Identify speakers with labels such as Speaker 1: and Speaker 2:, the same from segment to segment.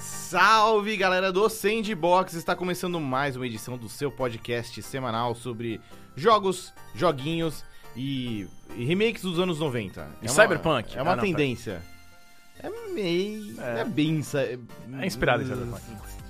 Speaker 1: Salve galera do Sandbox! Está começando mais uma edição do seu podcast semanal sobre jogos, joguinhos e, e remakes dos anos 90. É
Speaker 2: E Cyberpunk?
Speaker 1: É uma
Speaker 2: Ah, não,
Speaker 1: tendência. é meio. É,
Speaker 2: É.
Speaker 1: bem. cy-
Speaker 2: É inspirado em Cyberpunk.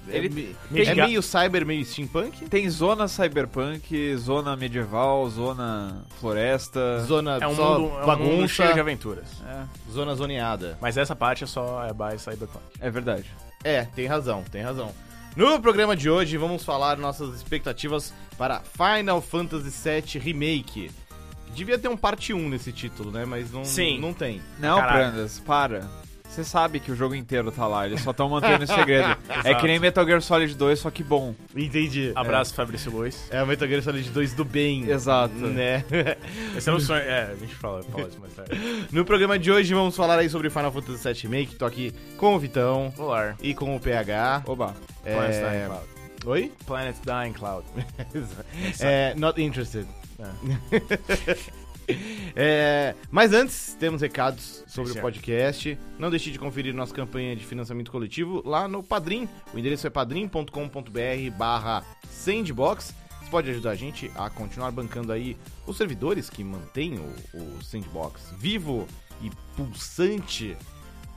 Speaker 1: É,
Speaker 3: Ele
Speaker 1: me-
Speaker 2: tem-
Speaker 1: é meio cyber, meio steampunk?
Speaker 3: Tem zona cyberpunk, zona medieval, zona floresta.
Speaker 1: Zona
Speaker 2: É um,
Speaker 1: só
Speaker 2: mundo, é um
Speaker 1: bagunça,
Speaker 2: mundo cheio de aventuras.
Speaker 1: zona zoneada.
Speaker 2: Mas essa parte é só é by Cyberpunk.
Speaker 3: É, é verdade.
Speaker 1: É, tem razão, tem razão. No programa de hoje vamos falar nossas expectativas para Final Fantasy VII Remake. Devia ter um parte 1 nesse título, né? Mas não,
Speaker 2: Sim.
Speaker 1: não tem.
Speaker 3: Não,
Speaker 2: Caraca.
Speaker 3: Prandas, para. Você sabe que o jogo inteiro tá lá, eles só estão mantendo esse segredo. é que nem Metal Gear Solid 2, só que bom.
Speaker 1: Entendi.
Speaker 2: Abraço, Fabrício Luiz.
Speaker 1: É o Metal Gear Solid 2 do bem.
Speaker 3: Exato.
Speaker 1: Né?
Speaker 2: Esse é um sonho. É, a gente fala, é. fala isso mais tarde.
Speaker 1: no programa de hoje vamos falar aí sobre Final Fantasy VII Remake. Tô aqui com o Vitão
Speaker 2: Olá.
Speaker 1: e com o PH.
Speaker 3: Oba.
Speaker 2: Planet
Speaker 1: É,
Speaker 2: Dying Cloud.
Speaker 1: Oi?
Speaker 2: Planet Dying Cloud.
Speaker 1: É, not interested. É, mas antes, temos recados sobre
Speaker 2: Sim,
Speaker 1: o
Speaker 2: senhor.
Speaker 1: podcast. Não deixe de conferir nossa campanha de financiamento coletivo lá no Padrim. O endereço é padrim.com.br barra sandbox. Você pode ajudar a gente a continuar bancando aí os servidores que mantêm o, o sandbox vivo e pulsante.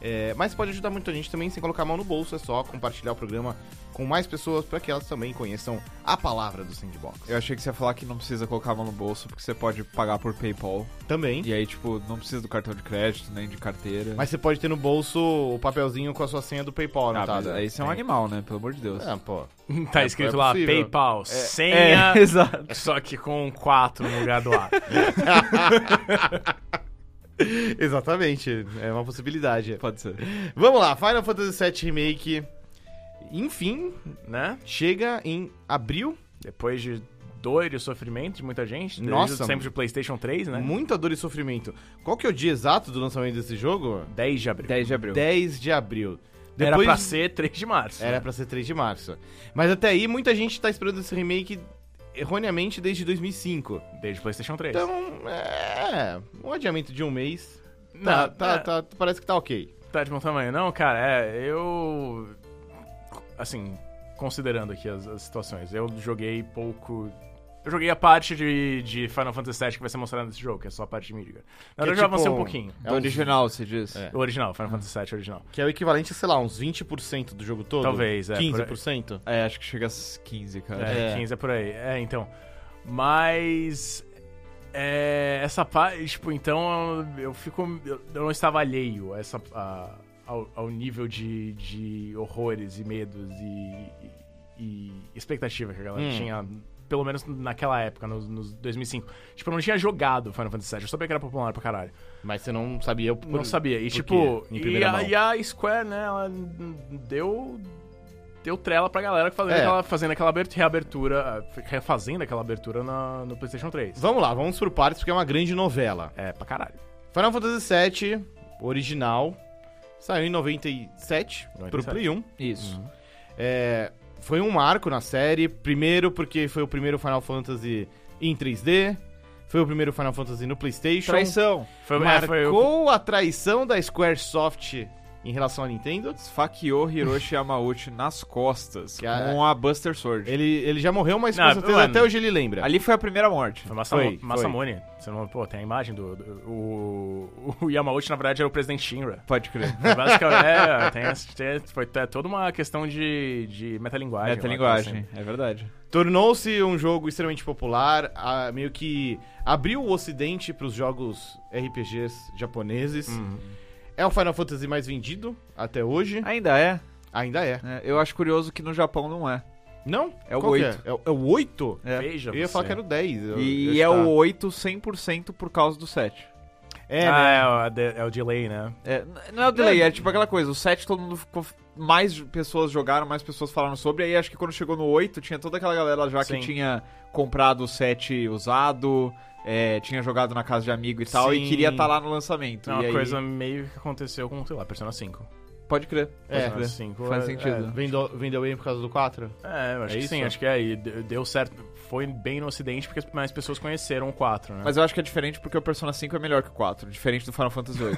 Speaker 1: É, mas pode ajudar muito a gente também sem colocar a mão no bolso, é só compartilhar o programa com mais pessoas para que elas também conheçam a palavra do sandbox.
Speaker 3: Eu achei que você ia falar que não precisa colocar a mão no bolso, porque você pode pagar por PayPal.
Speaker 1: Também.
Speaker 3: E aí, tipo, não precisa do cartão de crédito, nem de carteira.
Speaker 1: Mas você pode ter no bolso o papelzinho com a sua senha do PayPal, né,
Speaker 3: ah, mas
Speaker 1: anotado.
Speaker 3: aí você é um animal, né? Pelo amor de Deus.
Speaker 1: É, pô.
Speaker 2: Tá
Speaker 1: É,
Speaker 2: escrito
Speaker 1: é
Speaker 2: lá
Speaker 1: possível.
Speaker 2: PayPal, senha,
Speaker 3: É, exato.
Speaker 2: só que com 4 no lugar do A.
Speaker 1: Exatamente, é uma possibilidade.
Speaker 3: Pode ser.
Speaker 1: Vamos lá, Final Fantasy VII Remake, enfim,
Speaker 2: Né?
Speaker 1: chega em abril.
Speaker 2: Depois de dor e sofrimento de muita gente, desde
Speaker 1: Nossa,
Speaker 2: sempre de PlayStation 3, né?
Speaker 1: Muita dor e sofrimento. Qual que é o dia exato do lançamento desse jogo?
Speaker 2: 10 de abril.
Speaker 3: 10 de abril.
Speaker 1: 10 de abril.
Speaker 2: Era pra ser 3 de março.
Speaker 1: Era pra ser 3 de março. Mas até aí, muita gente tá esperando esse remake erroneamente desde 2005.
Speaker 2: né? Desde PlayStation 3.
Speaker 1: Então, é. Um adiamento de um mês.
Speaker 2: Não,
Speaker 1: Tá, tá,
Speaker 2: é-
Speaker 1: tá, parece que tá ok.
Speaker 2: Tá de bom tamanho. Não, cara, é. Eu. Assim, considerando aqui as, as situações, eu joguei pouco. Eu joguei a parte de, de Final Fantasy VII que vai ser mostrada nesse jogo, que é só a parte de Midgar. Na
Speaker 1: Que é
Speaker 2: verdade, eu
Speaker 1: tipo
Speaker 2: avancei um
Speaker 1: um-
Speaker 2: pouquinho.
Speaker 1: É
Speaker 3: Do
Speaker 1: um-
Speaker 3: original, se diz.
Speaker 1: É.
Speaker 2: O original, Final Fantasy VII original.
Speaker 1: Que é o equivalente a, sei lá, uns 20% do jogo todo?
Speaker 2: Talvez, é, por aí.
Speaker 1: 15%?
Speaker 3: É, acho que chega às 15, cara.
Speaker 2: É,
Speaker 1: É.
Speaker 2: 15 é por aí. É, então. Mas. é, essa parte, tipo, então eu fico. Eu eu não estava alheio a essa, a- ao, ao nível de, de horrores e medos e, e expectativa que a galera
Speaker 1: Hum.
Speaker 2: tinha, pelo menos naquela época, nos, nos 2005. Tipo, eu não tinha jogado Final Fantasy VII, eu sabia que era popular pra caralho.
Speaker 1: Mas você não sabia o
Speaker 2: Não sabia. E
Speaker 1: por
Speaker 2: tipo,
Speaker 1: quê? Em
Speaker 2: e
Speaker 1: primeira
Speaker 2: a,
Speaker 1: mão.
Speaker 2: e a Square, né, ela deu deu trela pra galera fazendo,
Speaker 1: É.
Speaker 2: aquela, fazendo aquela abert- reabertura, ah, refazendo aquela abertura na- no PlayStation 3.
Speaker 1: Vamos lá, vamos por partes, porque é uma grande novela.
Speaker 2: É, pra caralho.
Speaker 1: Final Fantasy VII, original, saiu em 97, pro
Speaker 2: 97.
Speaker 1: Play 1.
Speaker 3: Isso.
Speaker 1: É, foi um marco na série. Primeiro, porque foi o primeiro Final Fantasy em 3D. Foi o primeiro Final Fantasy no PlayStation.
Speaker 3: Traição.
Speaker 2: Foi, é, foi o-
Speaker 1: Marcou a traição da Squaresoft em relação à Nintendo.
Speaker 3: Esfaqueou Hiroshi Yamauchi nas costas
Speaker 1: Que a-
Speaker 3: com a Buster Sword.
Speaker 1: Ele, ele já morreu, mas
Speaker 2: Não,
Speaker 1: com certeza
Speaker 2: mano.
Speaker 1: até hoje ele lembra.
Speaker 3: Ali foi a primeira morte.
Speaker 2: foi Masamo-
Speaker 1: foi, foi.
Speaker 2: Masamune. Você não, pô, tem a imagem do. do- o, o Yamauchi, na verdade, era o presidente Shinra.
Speaker 3: Pode crer.
Speaker 2: Basicamente, é, tem, essa- tem- foi até toda uma questão de, de metalinguagem. assim.
Speaker 3: É a linguagem, é verdade.
Speaker 1: Tornou-se um jogo extremamente popular, a- meio que abriu o ocidente para os jogos RPGs japoneses.
Speaker 2: Uhum.
Speaker 1: É o Final Fantasy mais vendido até hoje.
Speaker 3: Ainda é.
Speaker 1: Ainda é.
Speaker 3: né? Eu acho curioso que no Japão não é.
Speaker 1: Não?
Speaker 3: É o
Speaker 1: Qual que
Speaker 3: oito.
Speaker 1: É? É o- é o 8?
Speaker 3: É.
Speaker 2: Veja.
Speaker 1: Eu ia
Speaker 2: você.
Speaker 1: falar que era o 10. eu- eu
Speaker 3: E
Speaker 1: ia
Speaker 3: é o
Speaker 1: chutar.
Speaker 3: 8 100% por causa do 7.
Speaker 1: É,
Speaker 2: Ah,
Speaker 1: né?
Speaker 2: é, o- a de- é o delay, né?
Speaker 3: É, n- não é o delay, é tipo aquela coisa, o 7 todo mundo ficou... Mais pessoas jogaram, mais pessoas falaram sobre, aí acho que quando chegou no 8 tinha toda aquela galera já
Speaker 2: Sim.
Speaker 3: que tinha comprado o 7 usado, é, tinha jogado na casa de amigo e tal,
Speaker 1: Sim.
Speaker 3: e queria estar lá no lançamento.
Speaker 2: É uma
Speaker 3: e aí-
Speaker 2: coisa meio que aconteceu com, sei lá, Persona 5.
Speaker 3: Pode crer. Pode
Speaker 1: É.
Speaker 3: crer.
Speaker 2: Persona 5
Speaker 3: Faz
Speaker 2: é-
Speaker 3: sentido.
Speaker 1: Vendeu, vendeu bem por causa do 4?
Speaker 2: É, eu acho
Speaker 1: É
Speaker 2: que sim,
Speaker 1: isso?
Speaker 2: acho que é. E de- deu certo. Foi bem no ocidente porque mais pessoas conheceram o 4, né?
Speaker 3: Mas eu acho que é diferente porque o Persona 5 é melhor que o 4, diferente do Final Fantasy VIII,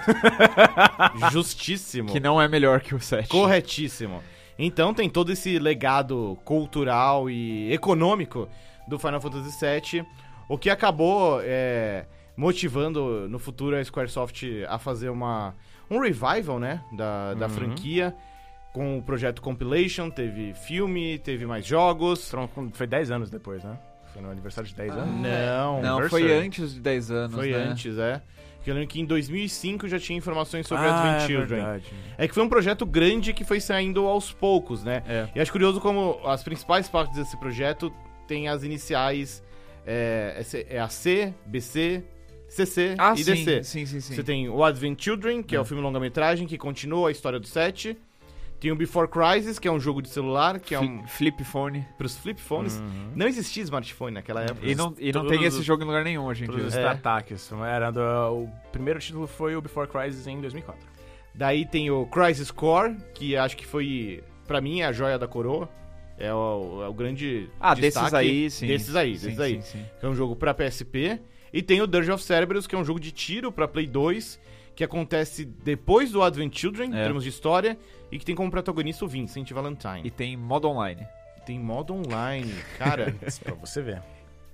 Speaker 1: Justíssimo.
Speaker 3: que não é melhor que o 7.
Speaker 1: Corretíssimo. Então tem todo esse legado cultural e econômico do Final Fantasy VII, o que acabou é, motivando no futuro a Squaresoft a fazer uma, um revival, né, da,
Speaker 3: Uhum.
Speaker 1: da franquia, com o projeto Compilation, teve filme, teve mais jogos...
Speaker 2: Então, com- Foi 10 anos depois, né? Foi no aniversário de 10 anos.
Speaker 1: né. Não,
Speaker 3: Não, foi antes de 10 anos,
Speaker 1: foi
Speaker 3: né?
Speaker 1: antes, é. Porque eu lembro que em 2005 já tinha informações sobre
Speaker 2: Ah,
Speaker 1: Advent
Speaker 2: é
Speaker 1: Children.
Speaker 2: verdade.
Speaker 1: É que foi um projeto grande que foi saindo aos poucos, né?
Speaker 2: É.
Speaker 1: E acho curioso como as principais partes desse projeto têm as iniciais é, é C- é a C, BC, CC
Speaker 3: Ah,
Speaker 1: e
Speaker 3: sim,
Speaker 1: DC.
Speaker 3: sim, sim, sim.
Speaker 1: Você tem o Advent Children, que é, o filme longa-metragem que continua a história do set. Tem o Before Crisis, que é um jogo de celular, que é um
Speaker 3: Flip phone.
Speaker 1: pros flip phones. Não existia smartphone naquela época.
Speaker 3: E não, e não
Speaker 2: Todos
Speaker 3: tem esse
Speaker 2: os-
Speaker 3: jogo em lugar nenhum hoje em
Speaker 2: Todos os
Speaker 3: dia.
Speaker 1: É.
Speaker 2: ataques. Era do, o primeiro título foi o Before Crisis em 2004.
Speaker 1: Daí tem o Crisis Core, que acho que foi, pra mim, é a joia da coroa. É o, é o grande.
Speaker 3: Ah,
Speaker 1: destaque
Speaker 3: desses aí, sim.
Speaker 1: Desses aí, desses
Speaker 3: Sim,
Speaker 1: aí.
Speaker 3: sim, sim.
Speaker 1: Que é um jogo pra PSP. E tem o Dirge of Cerberus, que é um jogo de tiro pra Play 2, que acontece depois do Advent Children,
Speaker 3: É.
Speaker 1: em termos de história, e que tem como protagonista o Vincent
Speaker 3: E
Speaker 1: Valentine.
Speaker 3: tem modo online.
Speaker 1: E tem modo online, cara.
Speaker 2: pra você ver.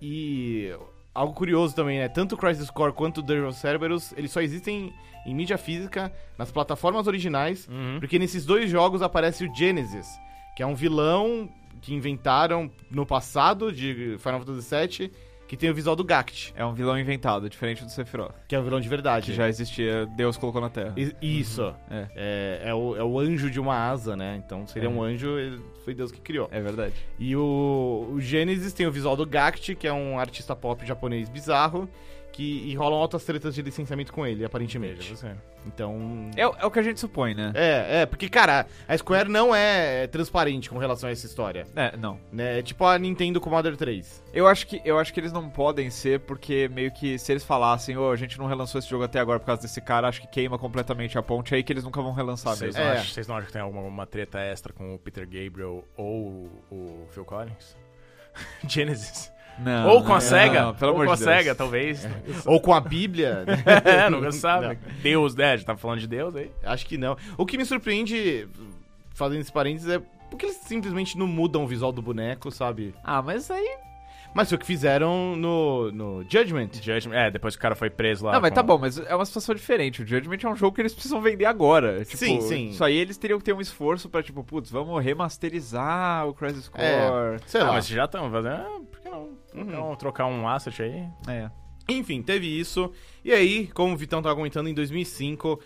Speaker 1: e algo curioso também, né? Tanto o Crisis Core quanto o Dirge of Cerberus, eles só existem em mídia física, nas plataformas originais,
Speaker 2: Uhum.
Speaker 3: Uhum.
Speaker 1: porque nesses dois jogos aparece o Genesis, que é um vilão que inventaram no passado de Final Fantasy VII, que tem o visual do Gact,
Speaker 3: É um vilão inventado, diferente do Sephiroth,
Speaker 1: que é um vilão de verdade.
Speaker 3: que já existia, Deus colocou na Terra.
Speaker 1: I- Isso.
Speaker 3: É.
Speaker 1: É, é o, é o anjo de uma asa, né? Então seria um anjo, ele- foi Deus que criou.
Speaker 3: É verdade.
Speaker 1: E o, o Genesis tem o visual do Gact, que é um artista pop japonês bizarro, que e rolam altas tretas de licenciamento com ele, aparentemente.
Speaker 2: Você.
Speaker 1: Então.
Speaker 3: É, o- é o que a gente supõe, né?
Speaker 1: É, é, porque, cara, a Square não é transparente com relação a essa história.
Speaker 3: É, não.
Speaker 1: Né? É tipo a Nintendo com Mother 3.
Speaker 3: Eu acho, que, eu acho que eles não podem ser, porque meio que se eles falassem, ô, a gente não relançou esse jogo até agora por causa desse cara, acho que queima completamente a ponte É aí que eles nunca vão relançar
Speaker 2: Vocês,
Speaker 3: mesmo.
Speaker 2: não
Speaker 1: É.
Speaker 2: acham, vocês não acham que tem alguma uma treta extra com o Peter Gabriel ou o Phil Collins? Genesis.
Speaker 3: Não,
Speaker 2: ou com
Speaker 3: não,
Speaker 2: a SEGA.
Speaker 3: não, não, pelo
Speaker 2: ou
Speaker 3: amor
Speaker 2: com a
Speaker 3: de Deus.
Speaker 2: SEGA, talvez.
Speaker 1: Ou com a Bíblia. né?
Speaker 2: é, nunca se sabe. Deus, né? A gente tá falando de Deus aí.
Speaker 1: Acho que não. O que me surpreende, fazendo esse parênteses, é porque eles simplesmente não mudam o visual do boneco, sabe?
Speaker 3: Ah, mas aí.
Speaker 1: Mas foi o que fizeram no, no Judgment.
Speaker 2: Judgment. É, depois que o cara foi preso lá.
Speaker 3: não, mas
Speaker 2: com-
Speaker 3: tá bom, mas é uma situação diferente. O Judgment é um jogo que eles precisam vender agora. Tipo,
Speaker 1: Sim, sim.
Speaker 3: Isso aí eles teriam que ter um esforço pra, tipo, putz, vamos remasterizar o Crisis Core.
Speaker 1: É, sei
Speaker 2: Ah,
Speaker 1: lá.
Speaker 2: mas já estão fazendo. Ah, por que não? Por que
Speaker 3: Uhum.
Speaker 2: não trocar um asset aí?
Speaker 3: É.
Speaker 1: Enfim, teve isso. E aí, como o Vitão tava comentando, em 2005,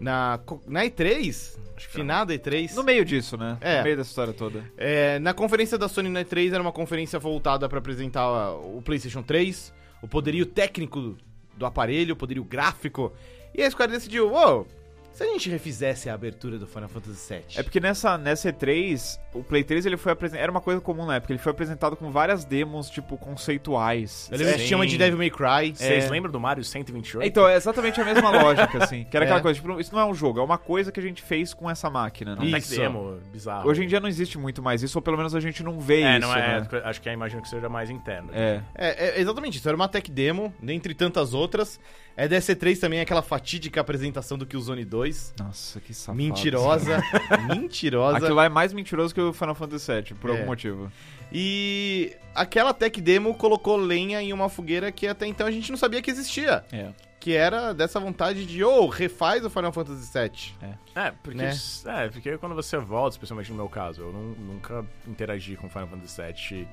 Speaker 1: na, co- na E3, finada E3,
Speaker 3: No meio disso, né?
Speaker 1: É.
Speaker 3: No meio dessa história toda.
Speaker 1: é, na conferência da Sony na E3 era uma conferência voltada para apresentar o PlayStation 3, o poderio técnico do aparelho, o poderio gráfico. E a Square decidiu, uou, se a gente refizesse a abertura do Final Fantasy VII?
Speaker 3: É porque nessa, nessa E3, o Play 3 ele foi apresentado. Era uma coisa comum na época, ele foi apresentado com várias demos, tipo, conceituais.
Speaker 1: Eu lembro que
Speaker 2: Sim.
Speaker 1: chama de Devil May Cry.
Speaker 3: É.
Speaker 1: É,
Speaker 2: Vocês lembram do Mario 128?
Speaker 3: Então, é exatamente a mesma lógica, assim. Que era
Speaker 1: É.
Speaker 3: aquela coisa, tipo, isso não é um jogo, é uma coisa que a gente fez com essa máquina,
Speaker 2: um
Speaker 3: né?
Speaker 2: tech
Speaker 1: isso.
Speaker 2: demo bizarro.
Speaker 3: Hoje em dia não existe muito mais isso, ou pelo menos a gente não vê
Speaker 2: é,
Speaker 3: isso,
Speaker 2: não é.
Speaker 3: né?
Speaker 2: Acho que eu imagino que seja mais interno.
Speaker 3: É.
Speaker 1: É, é, exatamente isso. Era uma tech demo, dentre tantas outras. É DC3 também, aquela fatídica apresentação do Killzone 2.
Speaker 3: Nossa, que safado.
Speaker 1: mentirosa. mentirosa.
Speaker 3: Aquilo lá é mais mentiroso que o Final Fantasy VII, por
Speaker 1: É.
Speaker 3: algum motivo.
Speaker 1: E aquela tech demo colocou lenha em uma fogueira que até então a gente não sabia que existia.
Speaker 3: É.
Speaker 1: Que era dessa vontade de, ô, refaz o Final Fantasy VII.
Speaker 2: É, porque,
Speaker 1: Né?
Speaker 2: é, porque quando você volta, especialmente no meu caso, eu nu- nunca interagi com Final Fantasy VII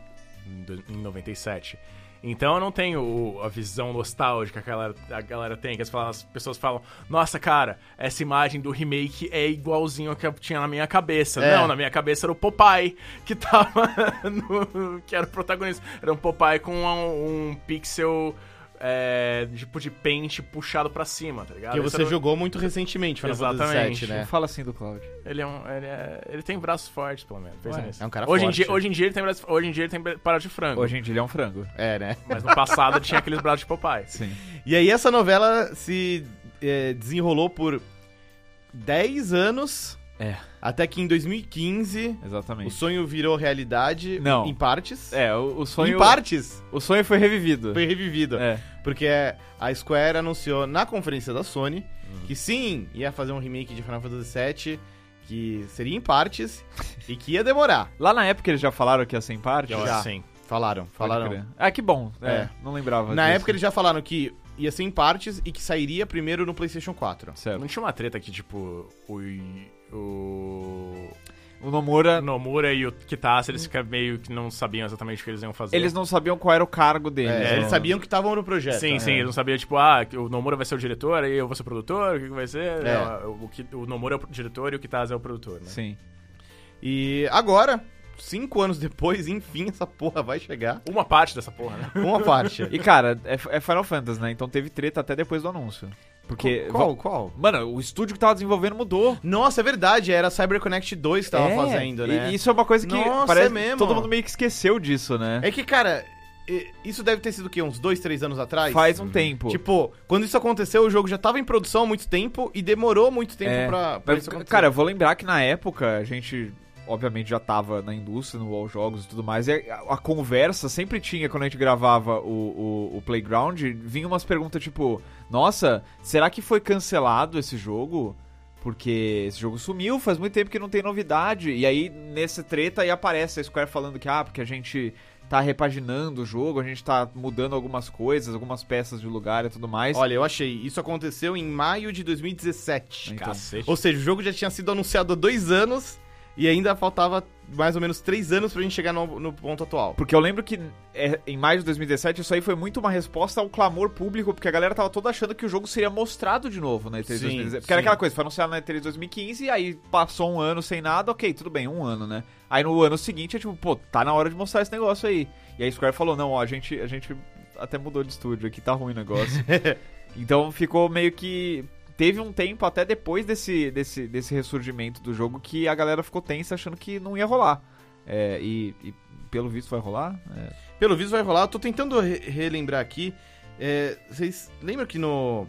Speaker 2: em do- em 97. Então eu não tenho o- a visão nostálgica que a galera, a galera tem, que as, fala- as pessoas falam, nossa, cara, essa imagem do remake é igualzinho ao que eu tinha na minha cabeça.
Speaker 1: É.
Speaker 2: Não, na minha cabeça era o Popeye, que tava no, que era o protagonista. Era um Popeye com um, um pixel é, tipo de pente puxado pra cima, tá ligado?
Speaker 1: Que
Speaker 2: Esse
Speaker 1: você
Speaker 2: era o-
Speaker 1: jogou muito recentemente Final Fantasy
Speaker 2: Exatamente.
Speaker 1: VII, né?
Speaker 3: Fala assim do Cloud.
Speaker 2: ele é um. Ele, é- ele tem braços fortes, pelo menos. Pensa
Speaker 3: Ué,
Speaker 2: nisso.
Speaker 1: é um cara
Speaker 2: hoje
Speaker 1: forte.
Speaker 2: Em dia, hoje em dia ele tem braços, Hoje em dia ele tem braço de frango.
Speaker 3: Hoje em dia ele é um frango.
Speaker 1: É, né?
Speaker 2: Mas no passado tinha aqueles braços de papai.
Speaker 3: Sim.
Speaker 1: E aí essa novela se eh, desenrolou por 10 anos.
Speaker 3: É.
Speaker 1: Até que em 2015 o
Speaker 3: Exatamente.
Speaker 1: sonho virou realidade
Speaker 3: Não.
Speaker 1: em partes.
Speaker 3: É, o, o
Speaker 1: Em
Speaker 3: sonho.
Speaker 1: partes
Speaker 3: O sonho foi revivido.
Speaker 1: foi revivido.
Speaker 3: É.
Speaker 1: Porque a
Speaker 3: Hum.
Speaker 1: Square anunciou na conferência da Sony que sim, ia fazer um remake de Final Fantasy VII que seria em partes e que ia demorar.
Speaker 3: Lá na época eles já falaram que ia ser em parte?
Speaker 1: Já. Sim, falaram, falaram.
Speaker 3: Ah, que bom. É,
Speaker 1: É.
Speaker 3: não lembrava
Speaker 1: Na
Speaker 3: disso.
Speaker 1: época eles já falaram que ia ser em partes e que sairia primeiro no PlayStation 4.
Speaker 3: Certo.
Speaker 2: Não tinha uma treta que, tipo, o. O.
Speaker 3: O Nomura...
Speaker 2: Nomura e o Kitase, eles ficaram meio que não sabiam exatamente o que eles iam fazer.
Speaker 3: Eles não sabiam qual era o cargo
Speaker 1: É,
Speaker 3: deles.
Speaker 1: eles
Speaker 3: né?
Speaker 1: sabiam que estavam no projeto.
Speaker 2: Sim,
Speaker 1: né?
Speaker 2: sim, eles não sabiam, tipo, ah, que o Nomura vai ser o diretor e eu vou ser o produtor, o que, que vai ser?
Speaker 1: É.
Speaker 2: Não, o, que- o Nomura é o diretor e o Kitase é o produtor, né?
Speaker 3: Sim.
Speaker 1: E agora, cinco anos depois, enfim, essa porra vai chegar.
Speaker 2: Uma parte dessa porra, né?
Speaker 1: Uma parte.
Speaker 3: E, cara, é, é Final Fantasy, né? Então teve treta até depois do anúncio. Porque...
Speaker 1: qual, qual?
Speaker 3: Mano, o estúdio que tava desenvolvendo mudou.
Speaker 1: Nossa, é verdade, era CyberConnect 2 que tava
Speaker 3: É,
Speaker 1: fazendo, né?
Speaker 3: E isso é uma coisa que
Speaker 1: Nossa,
Speaker 3: parece
Speaker 1: é mesmo.
Speaker 3: todo mundo meio que esqueceu disso, né?
Speaker 1: É que, cara, e- isso deve ter sido o quê? Uns dois, três anos atrás?
Speaker 3: Faz um tempo.
Speaker 1: Tipo, quando isso aconteceu, o jogo já tava em produção há muito tempo e demorou muito tempo
Speaker 3: É.
Speaker 1: pra, pra
Speaker 3: Mas,
Speaker 1: isso acontecer.
Speaker 3: cara, eu vou lembrar que na época a gente, obviamente, já tava na indústria, no Wall Jogos e tudo mais, e a, a conversa sempre tinha, quando a gente gravava o, o, o Playground, vinha umas perguntas tipo: Nossa, será que foi cancelado esse jogo? Porque esse jogo sumiu, faz muito tempo que não tem novidade. E aí, nessa treta, aí aparece a Square falando que, ah, porque a gente tá repaginando o jogo, a gente tá mudando algumas coisas, algumas peças de lugar e tudo mais.
Speaker 1: Olha, eu achei. Isso aconteceu em maio de 2017.
Speaker 3: Então.
Speaker 2: Cacete.
Speaker 1: Ou seja, o jogo já tinha sido anunciado há dois anos e ainda faltava mais ou menos três anos pra gente chegar no, no ponto atual.
Speaker 3: Porque eu lembro que é, em maio de 2017 isso aí foi muito uma resposta ao clamor público, porque a galera tava toda achando que o jogo seria mostrado de novo né? na E3
Speaker 1: Sim,
Speaker 3: 2017. Porque era
Speaker 1: sim.
Speaker 3: aquela coisa, foi anunciado na E3 2015, e aí passou um ano sem nada, ok, tudo bem, um ano, né? Aí no ano seguinte é tipo, pô, tá na hora de mostrar esse negócio aí. E aí Square falou, não, ó, a gente, a gente até mudou de estúdio aqui, tá ruim o negócio. então ficou meio que... Teve um tempo até depois desse, desse, desse ressurgimento do jogo que a galera ficou tensa achando que não ia rolar. É, e, e pelo visto vai rolar. É.
Speaker 1: Pelo visto vai rolar. Eu tô tentando re- relembrar aqui. É, vocês lembram que no.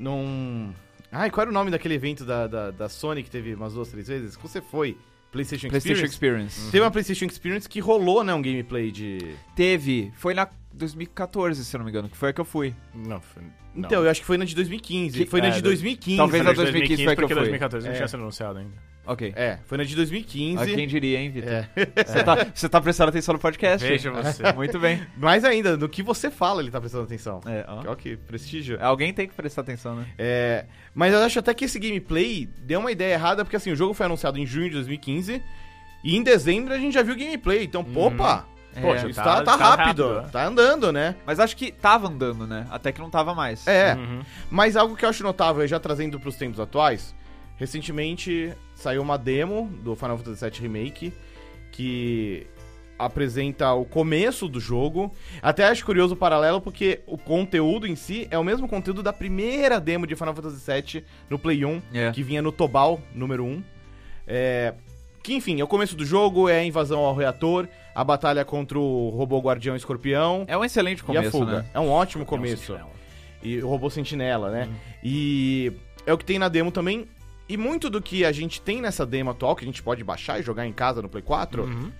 Speaker 1: Num. Ai, qual era o nome daquele evento da, da, da Sony que teve umas duas, três vezes? Que Você foi? PlayStation Experience?
Speaker 3: PlayStation
Speaker 1: Hum.
Speaker 3: Experience.
Speaker 1: Teve uma PlayStation Experience que rolou, né? Um gameplay de.
Speaker 3: Teve, foi na 2014, se eu não me engano, que foi a que eu fui.
Speaker 2: Não, foi- não.
Speaker 1: Então, eu acho que foi na de 2015.
Speaker 3: Que-
Speaker 1: foi na
Speaker 2: é,
Speaker 1: de
Speaker 2: dois-
Speaker 1: 2015.
Speaker 3: talvez
Speaker 1: né?
Speaker 3: a 2015 foi que eu
Speaker 2: porque
Speaker 3: fui.
Speaker 2: 2014 não
Speaker 1: É.
Speaker 2: tinha sido anunciado ainda.
Speaker 3: Ok.
Speaker 1: É, foi na de 2015.
Speaker 3: Ah, quem diria, hein, Vitor?
Speaker 1: É.
Speaker 3: Você, tá, você tá prestando atenção no podcast? hein?
Speaker 2: Veja você.
Speaker 3: Muito bem.
Speaker 1: Mais ainda, no que você fala, ele tá prestando atenção.
Speaker 3: É, ó.
Speaker 1: Olha que prestígio.
Speaker 3: Alguém tem que prestar atenção, né?
Speaker 1: É, mas eu acho até que esse gameplay deu uma ideia errada, porque assim, o jogo foi anunciado em junho de 2015 e em dezembro a gente já viu gameplay. Então, opa,
Speaker 2: Poxa,
Speaker 1: isso tá,
Speaker 2: tá-
Speaker 1: tá
Speaker 2: tá
Speaker 1: rápido,
Speaker 2: rápido, né?
Speaker 1: tá andando, né?
Speaker 3: É, Mas acho que tava andando, né? Até que não tava mais.
Speaker 1: É,
Speaker 2: Uhum.
Speaker 1: mas algo que eu acho notável, já trazendo pros tempos atuais, recentemente saiu uma demo do Final Fantasy VII Remake que apresenta o começo do jogo. Até acho curioso o paralelo, porque o conteúdo em si é o mesmo conteúdo da primeira demo de Final Fantasy VII no Play 1,
Speaker 3: É.
Speaker 1: que vinha no Tobal número 1. É, que enfim, é o começo do jogo, é a invasão ao reator, a batalha contra o robô guardião escorpião
Speaker 3: É um excelente começo,
Speaker 1: e a fuga.
Speaker 3: né?
Speaker 1: É um ótimo começo.
Speaker 2: Não,
Speaker 1: E o robô sentinela,
Speaker 2: Uhum.
Speaker 1: né? E é o que tem na demo também. E muito do que a gente tem nessa demo atual, que a gente pode baixar e jogar em casa no Play 4,
Speaker 2: Uhum.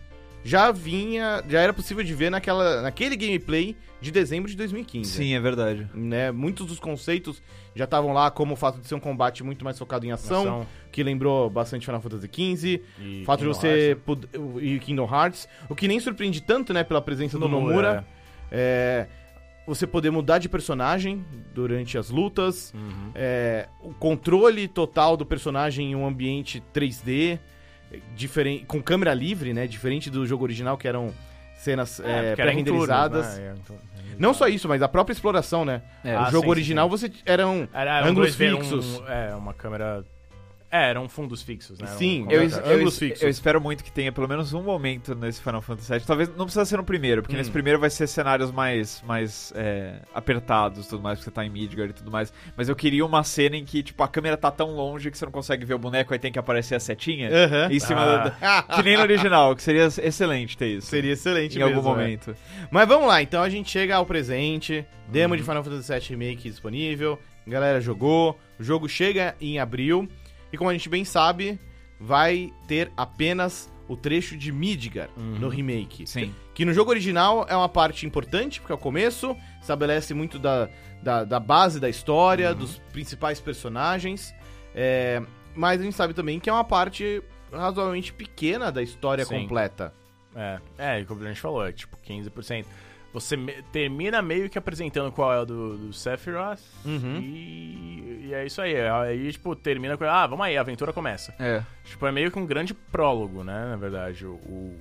Speaker 1: já vinha. Já era possível de ver naquela, naquele gameplay de dezembro de 2015.
Speaker 3: Sim, é verdade.
Speaker 1: Né? Muitos dos conceitos já estavam lá, como o fato de ser um combate muito mais focado em ação,
Speaker 2: Ação
Speaker 1: que lembrou bastante Final Fantasy XV.
Speaker 2: e
Speaker 1: O fato de
Speaker 2: Kingdom né?
Speaker 1: você. pod- E Kingdom Hearts. O que nem surpreende tanto, né? Pela presença
Speaker 2: Hearts.
Speaker 1: do Nomura. É, você poder mudar de personagem durante as lutas,
Speaker 2: Uhum.
Speaker 1: é, o controle total do personagem em um ambiente 3D, é, diferen- com câmera livre, né? Diferente do jogo original, que eram cenas
Speaker 2: É,
Speaker 1: é,
Speaker 2: porque era em turnos,
Speaker 1: pré-renderizadas.
Speaker 2: né? É, em turnos.
Speaker 1: Não só isso, mas a própria exploração, né?
Speaker 3: É.
Speaker 1: o
Speaker 2: Ah,
Speaker 1: jogo
Speaker 2: sim,
Speaker 1: original você eram
Speaker 2: Era um
Speaker 1: ângulos
Speaker 2: 2D, um-
Speaker 1: fixos.
Speaker 2: é, uma câmera. É, eram fundos fixos, né? Era um-
Speaker 1: Sim,
Speaker 2: como
Speaker 3: Eu,
Speaker 2: era-
Speaker 1: es-
Speaker 3: eu-
Speaker 1: Ângulos É fixos.
Speaker 3: eu espero muito que tenha pelo menos um momento nesse Final Fantasy VII. Talvez não precisa ser no primeiro, porque
Speaker 1: Hum.
Speaker 3: nesse primeiro vai ser cenários mais, mais é, apertados e tudo mais, porque você tá em Midgard e tudo mais. Mas eu queria uma cena em que, tipo, a câmera tá tão longe que você não consegue ver o boneco, aí tem que aparecer a setinha
Speaker 1: Aham.
Speaker 3: em cima
Speaker 2: Ah.
Speaker 3: da- da- Que nem no original, que seria excelente ter isso.
Speaker 1: Seria excelente
Speaker 3: em algum
Speaker 1: mesmo, né?
Speaker 3: momento.
Speaker 1: Mas vamos lá, então a gente chega ao presente. Demo
Speaker 2: Uhum.
Speaker 1: de Final Fantasy VII Remake disponível. A galera jogou. O jogo chega em abril. E como a gente bem sabe, vai ter apenas o trecho de Midgar no
Speaker 2: Uhum.
Speaker 1: remake.
Speaker 3: Sim.
Speaker 1: Que no jogo original é uma parte importante, porque é o começo, estabelece muito
Speaker 3: Uhum.
Speaker 1: da, da, da base da história, dos principais personagens. É, Mas a gente sabe também que é uma parte razoavelmente pequena da história
Speaker 2: Sim.
Speaker 1: completa.
Speaker 2: É, é, e como a gente falou, é tipo 15%. Você me- termina meio que apresentando qual é o do, do Sephiroth
Speaker 1: Uhum.
Speaker 2: e, e é isso aí. Aí, tipo, termina com. Ah, vamos aí, a aventura começa.
Speaker 3: É.
Speaker 2: Tipo, é meio que um grande prólogo, né? Na verdade, o, o-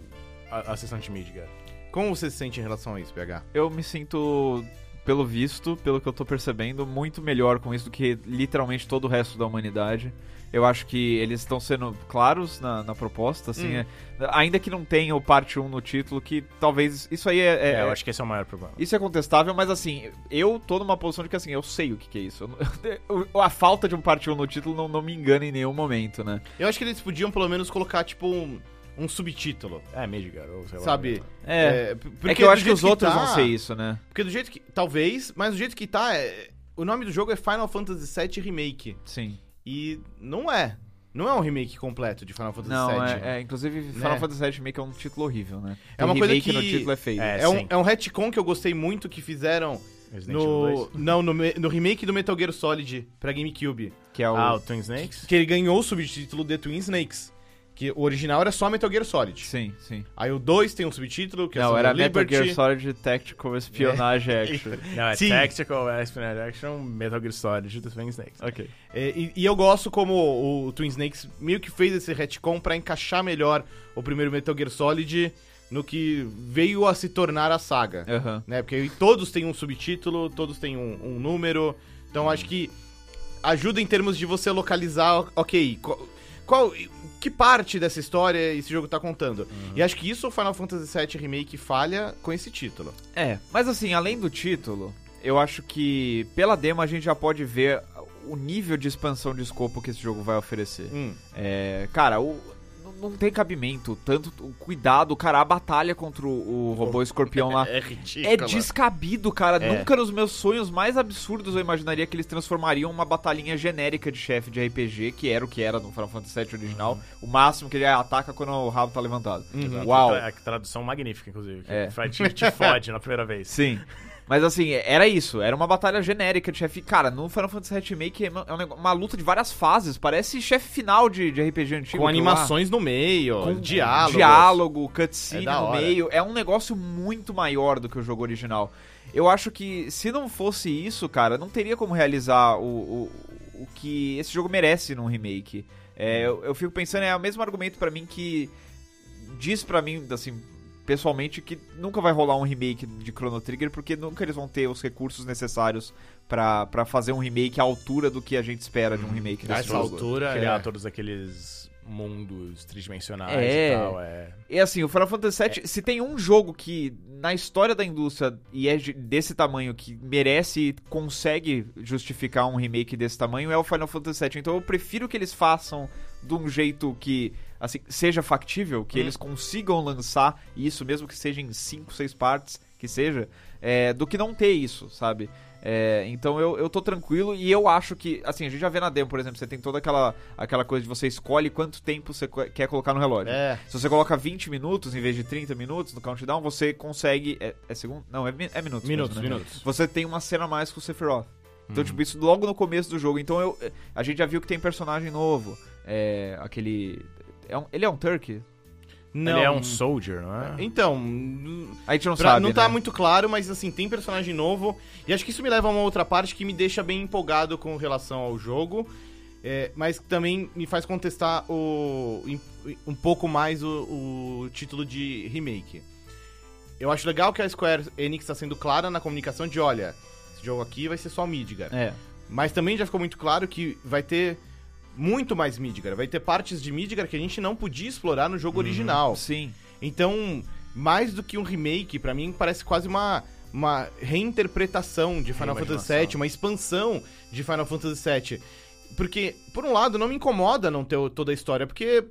Speaker 2: a, a sessão de Midgar.
Speaker 1: Como você se sente em relação a isso, PH?
Speaker 3: Eu me sinto, pelo visto, pelo que eu tô percebendo, muito melhor com isso do que literalmente todo o resto da humanidade. Eu acho que eles estão sendo claros na, na proposta, assim.
Speaker 1: Hum.
Speaker 3: é- ainda que não tenha o parte 1 no título, que talvez. Isso aí é.
Speaker 2: É,
Speaker 3: é-
Speaker 2: eu acho que esse é o maior problema.
Speaker 3: Isso é contestável, mas assim, eu tô numa posição de que assim, eu sei o que, que é isso. Eu não- a falta de um parte 1 no título não, não me engana em nenhum momento, né?
Speaker 1: Eu acho que eles podiam pelo menos colocar, tipo, um, um subtítulo,
Speaker 2: É, Midgar, ou sei lá. né,
Speaker 1: sabe?
Speaker 3: É.
Speaker 1: p-
Speaker 3: É,
Speaker 1: porque
Speaker 3: que eu
Speaker 1: do
Speaker 3: acho que
Speaker 1: jeito
Speaker 3: os outros
Speaker 1: tá-
Speaker 3: vão ser isso, né?
Speaker 1: Porque do jeito que. Talvez, mas do jeito que tá, é- o nome do jogo é Final Fantasy VII Remake.
Speaker 3: Sim.
Speaker 1: E não é. Não é um remake completo de Final Fantasy
Speaker 3: Não,
Speaker 1: VII.
Speaker 3: é, é, inclusive Final
Speaker 1: Né?
Speaker 3: Fantasy VII Remake é um título horrível, né?
Speaker 1: É
Speaker 3: O
Speaker 1: uma coisa
Speaker 3: remake
Speaker 1: que-
Speaker 3: no título é feio.
Speaker 2: É,
Speaker 1: É um,
Speaker 2: sim.
Speaker 1: é um retcon que eu gostei muito que fizeram
Speaker 2: Resident Evil
Speaker 1: no.
Speaker 2: 2.
Speaker 1: Não, no, me- no remake do Metal Gear Solid pra GameCube.
Speaker 3: Que é o...
Speaker 2: Ah, o Twin Snakes?
Speaker 1: Que ele ganhou o subtítulo The Twin Snakes. Que o original era só Metal Gear Solid.
Speaker 3: Sim, sim.
Speaker 1: Aí o 2 tem um subtítulo, que é
Speaker 3: Não,
Speaker 1: Sound
Speaker 3: era
Speaker 1: of Liberty.
Speaker 3: Metal Gear Solid Tactical Espionage Action.
Speaker 2: Não, é
Speaker 1: Sim.
Speaker 2: Tactical Espionage Action, um Metal Gear Solid, The Twin Snakes.
Speaker 3: ok.
Speaker 1: É, e, e eu gosto como o Twin Snakes meio que fez esse retcon pra encaixar melhor o primeiro Metal Gear Solid no que veio a se tornar a saga.
Speaker 3: Aham.
Speaker 1: Né? Porque aí todos têm um subtítulo, todos têm um, um número. Então acho que ajuda em termos de você localizar, ok, qual, qual- que parte dessa história esse jogo tá contando. E acho que isso o Final Fantasy VII Remake falha com esse título.
Speaker 3: É, mas assim, além do título, eu acho que pela demo a gente já pode ver o nível de expansão de escopo que esse jogo vai oferecer.
Speaker 1: Hum.
Speaker 3: É, cara, o- n- não tem cabimento, tanto o cuidado, cara, a batalha contra o, o robô escorpião lá.
Speaker 1: É ridículo.
Speaker 3: É descabido, cara.
Speaker 2: É.
Speaker 3: Nunca nos meus sonhos mais absurdos eu imaginaria que eles transformariam uma batalhinha genérica de chefe de RPG, que era o que era no Final Fantasy VII original. O máximo que ele ataca quando o rabo tá levantado.
Speaker 2: É
Speaker 1: Uhum.
Speaker 3: Uau.
Speaker 2: A tradução magnífica, inclusive. Que
Speaker 3: É.
Speaker 2: faz- te, te fode na primeira vez.
Speaker 3: Sim. Mas assim, era isso. Era uma batalha genérica de chefe. Cara, no Final Fantasy VII Remake é uma, é um nego- uma luta de várias fases. Parece chefe final de, de RPG antigo.
Speaker 1: Com
Speaker 3: aquilo lá.
Speaker 1: animações no meio,
Speaker 3: Com
Speaker 1: diálogos.
Speaker 3: Diálogo, cutscene
Speaker 1: É da
Speaker 3: no
Speaker 1: hora.
Speaker 3: meio. É um negócio muito maior do que o jogo original. Eu acho que se não fosse isso, cara, não teria como realizar o, o, o que esse jogo merece num remake. É, eu, eu fico pensando, é o mesmo argumento pra mim que diz pra mim, assim, pessoalmente, que nunca vai rolar um remake de Chrono Trigger, porque nunca eles vão ter os recursos necessários pra pra fazer um remake à altura do que a gente espera de
Speaker 1: Uhum.
Speaker 3: um remake
Speaker 1: A
Speaker 3: desse
Speaker 1: essa
Speaker 3: jogo.
Speaker 1: altura,
Speaker 2: Criar
Speaker 1: é.
Speaker 2: todos aqueles mundos tridimensionais
Speaker 3: É.
Speaker 2: e tal. É.
Speaker 3: E assim, o Final Fantasy VII, se tem um jogo que na história da indústria e é de- desse tamanho que merece e consegue justificar um remake desse tamanho é o Final Fantasy VII. Então eu prefiro que eles façam de um jeito que assim, seja factível, que
Speaker 1: Hum.
Speaker 3: eles consigam lançar isso, mesmo que seja em 5, 6 partes, que seja, é, do que não ter isso, sabe? É, então eu, eu tô tranquilo e eu acho que, assim, a gente já vê na demo, por exemplo, você tem toda aquela, aquela coisa de você escolhe quanto tempo você co- quer colocar no relógio.
Speaker 1: É.
Speaker 3: Se você coloca 20 minutos em vez de 30 minutos no countdown, você consegue. É, é segundo? Não, é, mi- é minutos.
Speaker 1: Minutos,
Speaker 3: mesmo, né?
Speaker 1: minutos.
Speaker 3: Você tem uma cena a mais com o Sephiroth. Então, tipo, isso logo no começo do jogo. Então, eu, a gente já viu que tem personagem novo. É. Aquele. é um- ele é um Turkey?
Speaker 1: Não.
Speaker 2: Ele é um soldier, não é?
Speaker 1: Então,
Speaker 3: A gente não
Speaker 1: pra-
Speaker 3: sabe.
Speaker 1: não tá
Speaker 3: né?
Speaker 1: muito claro, mas assim, tem personagem novo. E acho que isso me leva a uma outra parte que me deixa bem empolgado com relação ao jogo. é, mas que também me faz contestar o, em- um pouco mais o, o título de remake. Eu acho legal que a Square Enix está sendo clara na comunicação de, olha, esse jogo aqui vai ser só Midgar.
Speaker 3: É.
Speaker 1: Mas também já ficou muito claro que vai ter muito mais Midgar. Vai ter partes de Midgar que a gente não podia explorar no
Speaker 3: Uhum.
Speaker 1: jogo original.
Speaker 3: Sim.
Speaker 1: Então, mais do que um remake, pra mim parece quase uma, uma reinterpretação de Final Fantasy VII, uma expansão de Final Fantasy VII. Porque, por um lado, não me incomoda não ter o- toda a história, porque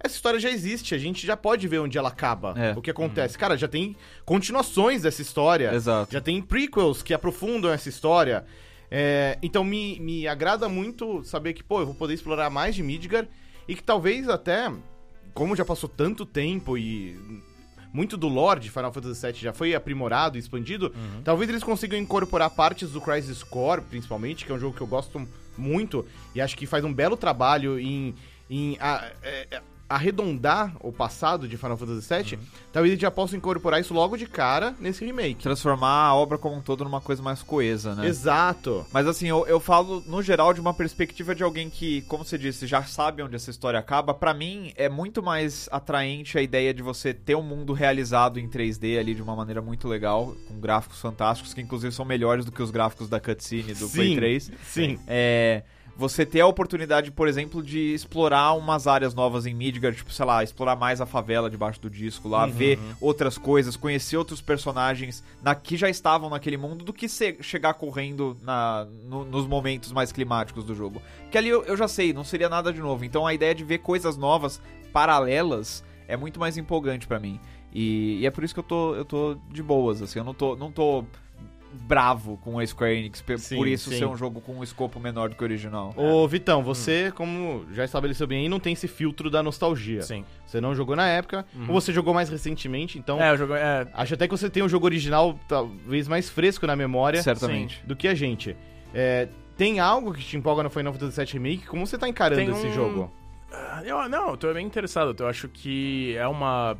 Speaker 1: essa história já existe, a gente já pode ver onde ela acaba,
Speaker 3: É.
Speaker 1: o que acontece. Cara, já tem continuações dessa história.
Speaker 3: Exato.
Speaker 1: Já tem prequels que aprofundam essa história. É, então me, me agrada muito saber que, pô, eu vou poder explorar mais de Midgar e que talvez até, como já passou tanto tempo e muito do lore de Final Fantasy VII já foi aprimorado e expandido, talvez eles consigam incorporar partes do Crisis Core, principalmente, que é um jogo que eu gosto muito e acho que faz um belo trabalho em, em a- é, é, arredondar o passado de Final Fantasy VII. Talvez eles já possam incorporar isso logo de cara nesse remake.
Speaker 3: Transformar a obra como um todo numa coisa mais coesa,
Speaker 2: É.
Speaker 3: né?
Speaker 1: Exato.
Speaker 3: Mas assim, eu, eu falo no geral de uma perspectiva de alguém que, como você disse, já sabe onde essa história acaba. Pra mim, é muito mais atraente a ideia de você ter um mundo realizado em 3D ali de uma maneira muito legal, com gráficos fantásticos, que inclusive são melhores do que os gráficos da cutscene do Play
Speaker 1: Sim.
Speaker 3: 3.
Speaker 1: Sim.
Speaker 3: É, você ter a oportunidade, por exemplo, de explorar umas áreas novas em Midgard, tipo, sei lá, explorar mais a favela debaixo do disco
Speaker 1: Uhum.
Speaker 3: lá, ver outras coisas, conhecer outros personagens na, que já estavam naquele mundo, do que se- chegar correndo na- no- nos momentos mais climáticos do jogo. Que ali eu, eu já sei, não seria nada de novo. Então a ideia de ver coisas novas, paralelas, é muito mais empolgante pra mim. E, e é por isso que eu tô, eu tô de boas, assim, eu não tô, não tô bravo com a Square Enix pe-
Speaker 1: Sim,
Speaker 3: por isso
Speaker 1: sim.
Speaker 3: ser um jogo com um escopo menor do que o original.
Speaker 1: Ô,
Speaker 2: É. Hum.
Speaker 1: Vitão, você, como já estabeleceu bem aí, não tem esse filtro da nostalgia.
Speaker 2: Sim. Uhum.
Speaker 1: Você não jogou na época, ou você jogou mais recentemente, então.
Speaker 2: É, o jogo é.
Speaker 1: Acho até que você tem um jogo original talvez mais fresco na
Speaker 2: é assim,
Speaker 1: memória
Speaker 3: Certamente.
Speaker 1: do que a gente. É, tem algo que te empolga no Final Fantasy VII Remake? Como você tá encarando
Speaker 2: Tem
Speaker 1: esse
Speaker 2: um-
Speaker 1: jogo?
Speaker 2: Ah, Eu, não, eu tô bem interessado. Eu acho que é uma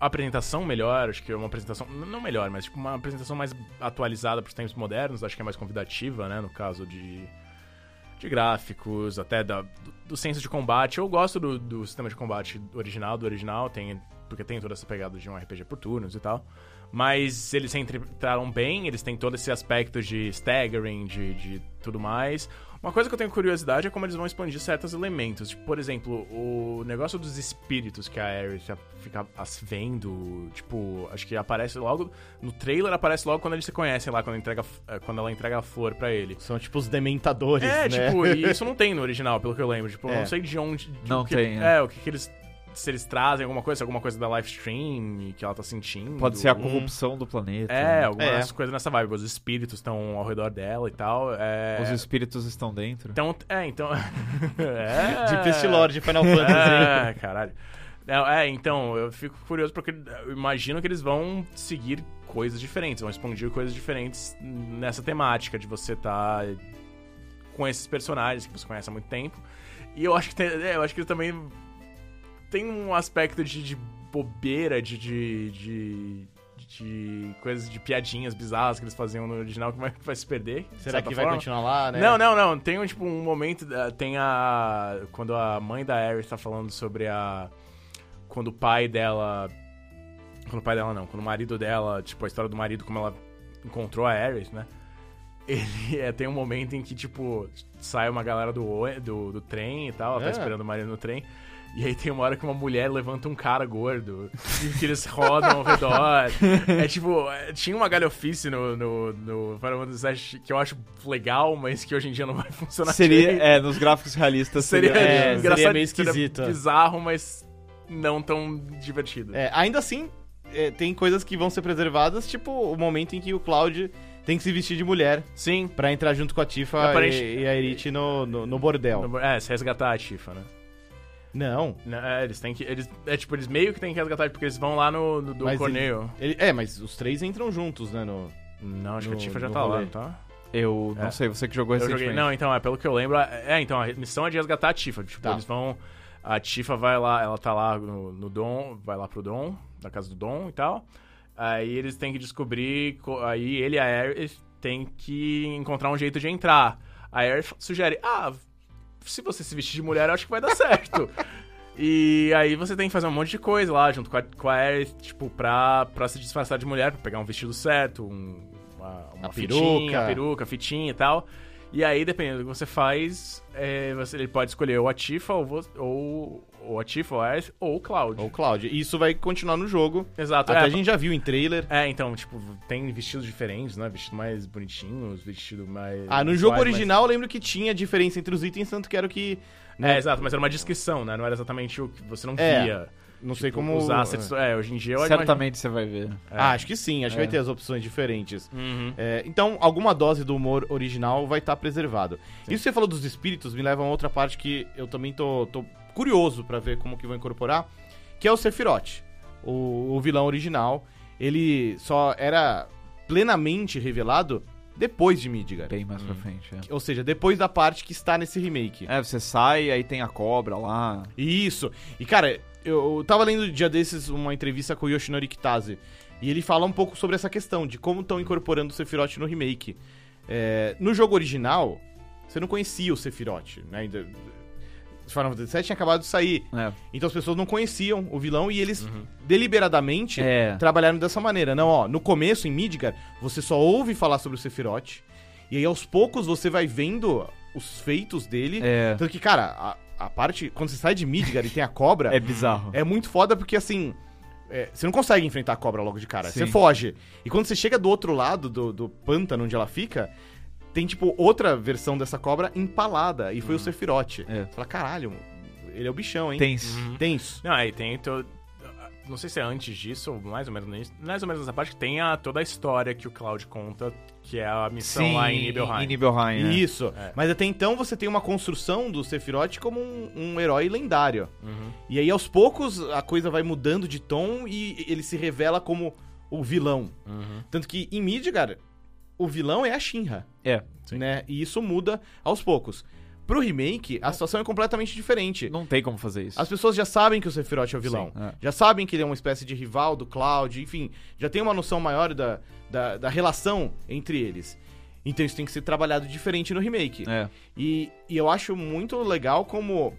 Speaker 2: apresentação melhor, acho que é uma apresentação. n- Não melhor, mas tipo, uma apresentação mais atualizada pros tempos modernos, acho que é mais convidativa, né? No caso de. De gráficos, até da, do, do senso de combate. Eu gosto do, do sistema de combate original, do original, tem, porque tem toda essa pegada de um RPG por turnos e tal. Mas eles se entraram bem, eles têm todo esse aspecto de staggering, de, de tudo mais. Uma coisa que eu tenho curiosidade é como eles vão expandir certos elementos. Tipo, por exemplo, o negócio dos espíritos que a Aerith fica as- vendo. Tipo, acho que aparece logo. No trailer aparece logo quando eles se conhecem lá, quando, entrega, eh, quando ela entrega a flor pra ele.
Speaker 1: São tipo os dementadores,
Speaker 2: É,
Speaker 1: né?
Speaker 2: tipo, e isso não tem no original, pelo que eu lembro. Tipo, eu
Speaker 1: É.
Speaker 2: não sei de onde. de
Speaker 3: Não
Speaker 2: o que-
Speaker 3: tem, né?
Speaker 2: É, o que, que eles. Se eles trazem alguma coisa, se alguma coisa da live stream que ela tá sentindo.
Speaker 3: Pode ser a corrupção do planeta.
Speaker 2: É,
Speaker 3: né?
Speaker 2: algumas coisas nessa vibe. Os espíritos estão ao redor dela e tal. É...
Speaker 3: Os espíritos estão dentro.
Speaker 2: Então, é, então. é...
Speaker 1: De Pest Lord, de Final Fantasy.
Speaker 2: É, caralho. Não, É, então, eu fico curioso porque eu imagino que eles vão seguir coisas diferentes, vão expandir coisas diferentes nessa temática de você tá com esses personagens que você conhece há muito tempo. E eu acho que tem, é, eu acho que eles também tem um aspecto de, de bobeira, de, de, de, de coisas de piadinhas bizarras que eles faziam no original que vai, vai se perder. de
Speaker 1: Será
Speaker 2: certa
Speaker 1: que vai
Speaker 2: forma.
Speaker 1: continuar lá, né?
Speaker 2: Não, não, não. Tem um, tipo, um momento. eh, Tem a. Quando a mãe da Aerith tá falando sobre a. Quando o pai dela. Quando o pai dela não, quando o marido dela, tipo, a história do marido, como ela encontrou a Aerith, né? Ele é, tem um momento em que, tipo, sai uma galera do, ôni- do, do trem e tal, ela tá
Speaker 1: É.
Speaker 2: esperando o marido no trem. E aí tem uma hora que uma mulher levanta um cara gordo e que eles rodam ao redor. É tipo, é, tinha uma galhofice no, no, no Final Fantasy VII que eu acho legal, mas que hoje em dia não vai funcionar
Speaker 3: Seria,
Speaker 2: direito.
Speaker 3: é, nos gráficos realistas seria.
Speaker 2: seria,
Speaker 1: é,
Speaker 3: é,
Speaker 1: seria
Speaker 2: engraçado,
Speaker 1: meio esquisito, é.
Speaker 2: bizarro, mas não tão divertido.
Speaker 1: É, ainda assim, é, tem coisas que vão ser preservadas, tipo o momento em que o Cloud tem que se vestir de mulher
Speaker 2: Sim.
Speaker 1: pra entrar junto com a Tifa
Speaker 2: Aparente-
Speaker 1: e, e a Erit no, no, no bordel.
Speaker 2: É, se resgatar a Tifa, né?
Speaker 1: Não.
Speaker 2: Né, É, eles têm que. Eles, é tipo, eles meio que têm que resgatar, porque eles vão lá no, no do
Speaker 1: Mas
Speaker 2: Corneo.
Speaker 1: Ele- é, mas os três entram juntos, né? No,
Speaker 2: Não, acho que
Speaker 1: No-
Speaker 2: a Tifa já
Speaker 1: no
Speaker 2: tá lá,
Speaker 1: rolê.
Speaker 2: não tá?
Speaker 3: Eu não
Speaker 2: É.
Speaker 3: sei, você que jogou
Speaker 2: Eu
Speaker 3: recentemente.
Speaker 2: joguei. Não, então, é pelo que eu lembro. É, então, a missão é de resgatar a Tifa. Tipo,
Speaker 1: Tá.
Speaker 2: eles vão. A Tifa vai lá, ela tá lá no, no Dom, vai lá pro Dom, da casa do Dom e tal. Aí eles têm que descobrir. co- Aí ele e a Aerith tem que encontrar um jeito de entrar. A Aerith sugere: ah, se você se vestir de mulher, eu acho que vai dar certo. E aí você tem que fazer um monte de coisa lá junto com a, com a Aerith, tipo, pra, pra se disfarçar de mulher, pra pegar um vestido certo, um, uma, uma
Speaker 1: A
Speaker 2: fitinha,
Speaker 1: peruca.
Speaker 2: a peruca, fitinha e tal. E aí, dependendo do que você faz, é, você, ele pode escolher ou a Tifa, ou, vo- ou, ou a Tifa, ou a Aerith, ou o Cloud.
Speaker 1: ou Cloud. E isso vai continuar no jogo.
Speaker 2: Exato.
Speaker 1: Até
Speaker 2: é,
Speaker 1: a gente já viu em trailer.
Speaker 2: é, então, tipo, tem vestidos diferentes, né? Vestido mais bonitinho, vestido mais...
Speaker 1: Ah, no jogo
Speaker 2: mais-
Speaker 1: original eu lembro que tinha diferença entre os itens, tanto que era o que.
Speaker 2: É, exato, mas era uma descrição, né? Não era exatamente o que você não
Speaker 1: né? É.
Speaker 2: via. tipo,
Speaker 1: Não sei como.
Speaker 2: Os assets... É, hoje em dia eu imagino-
Speaker 3: Certamente você vai ver.
Speaker 1: Ah, acho que sim, acho que vai ter as opções diferentes.
Speaker 2: Uhum.
Speaker 1: É, então, alguma dose do humor original vai estar preservado. Isso que você falou dos espíritos me leva a uma outra parte que eu também tô, tô curioso pra ver como que vão incorporar, que é o Sephiroth, o, o vilão original. Ele só era plenamente revelado depois de Midgar.
Speaker 3: Bem mais
Speaker 2: Hum.
Speaker 3: pra frente, é.
Speaker 1: Ou seja, depois da parte que está nesse remake.
Speaker 3: É, você sai, aí tem a cobra lá.
Speaker 1: Isso. E, cara, eu tava lendo um dia desses uma entrevista com o Yoshinori Kitase. E ele fala um pouco sobre essa questão de como estão incorporando o Sephiroth no remake. É, no jogo original, você não conhecia o Sephiroth, né? Ainda- Final Fantasy VII tinha acabado de sair.
Speaker 3: É.
Speaker 1: Então as pessoas não conheciam o vilão e eles deliberadamente
Speaker 2: Tipo,
Speaker 3: É.
Speaker 1: trabalharam dessa maneira. Não, ó, no começo, em Midgar, você só ouve falar sobre o Sephiroth. E aí aos poucos você vai vendo os feitos dele.
Speaker 3: É.
Speaker 1: Tanto que, cara, a, a parte. Quando você sai de Midgar e tem a cobra.
Speaker 3: É bizarro.
Speaker 1: É muito foda porque, assim, é, você não consegue enfrentar a cobra logo de cara. Você
Speaker 3: Sim.
Speaker 1: foge. E quando você chega do outro lado do, do pântano onde ela fica, tem, tipo, outra versão dessa cobra empalada. E foi o Sephiroth.
Speaker 3: É.
Speaker 1: Você fala, caralho, ele é o bichão, hein?
Speaker 3: Tenso.
Speaker 1: Tenso.
Speaker 2: Não, aí tem. to- Não sei se é antes disso, ou mais ou menos nisso- mais ou menos nessa parte, que tem a, toda a história que o Cloud conta, que é a missão lá em Nibelheim. né?
Speaker 3: Em Nibelheim, é.
Speaker 1: Isso.
Speaker 2: É.
Speaker 1: Mas até então você tem uma construção do Sephiroth como um, um herói lendário.
Speaker 2: Uhum.
Speaker 1: E aí, aos poucos, a coisa vai mudando de tom e ele se revela como o vilão. Tanto que em Midgar, o vilão é a Shinra.
Speaker 3: É.
Speaker 2: Sim.
Speaker 1: Né? E isso muda aos poucos. Pro remake, a situação é completamente diferente.
Speaker 3: Não tem como fazer isso.
Speaker 1: As pessoas já sabem que o Sephiroth é o vilão.
Speaker 3: Sim, é.
Speaker 1: Já sabem que ele é uma espécie de rival do Cloud, enfim. Já tem uma noção maior da, da, da relação entre eles. Então isso tem que ser trabalhado diferente no remake.
Speaker 3: É.
Speaker 1: E, e eu acho muito legal como,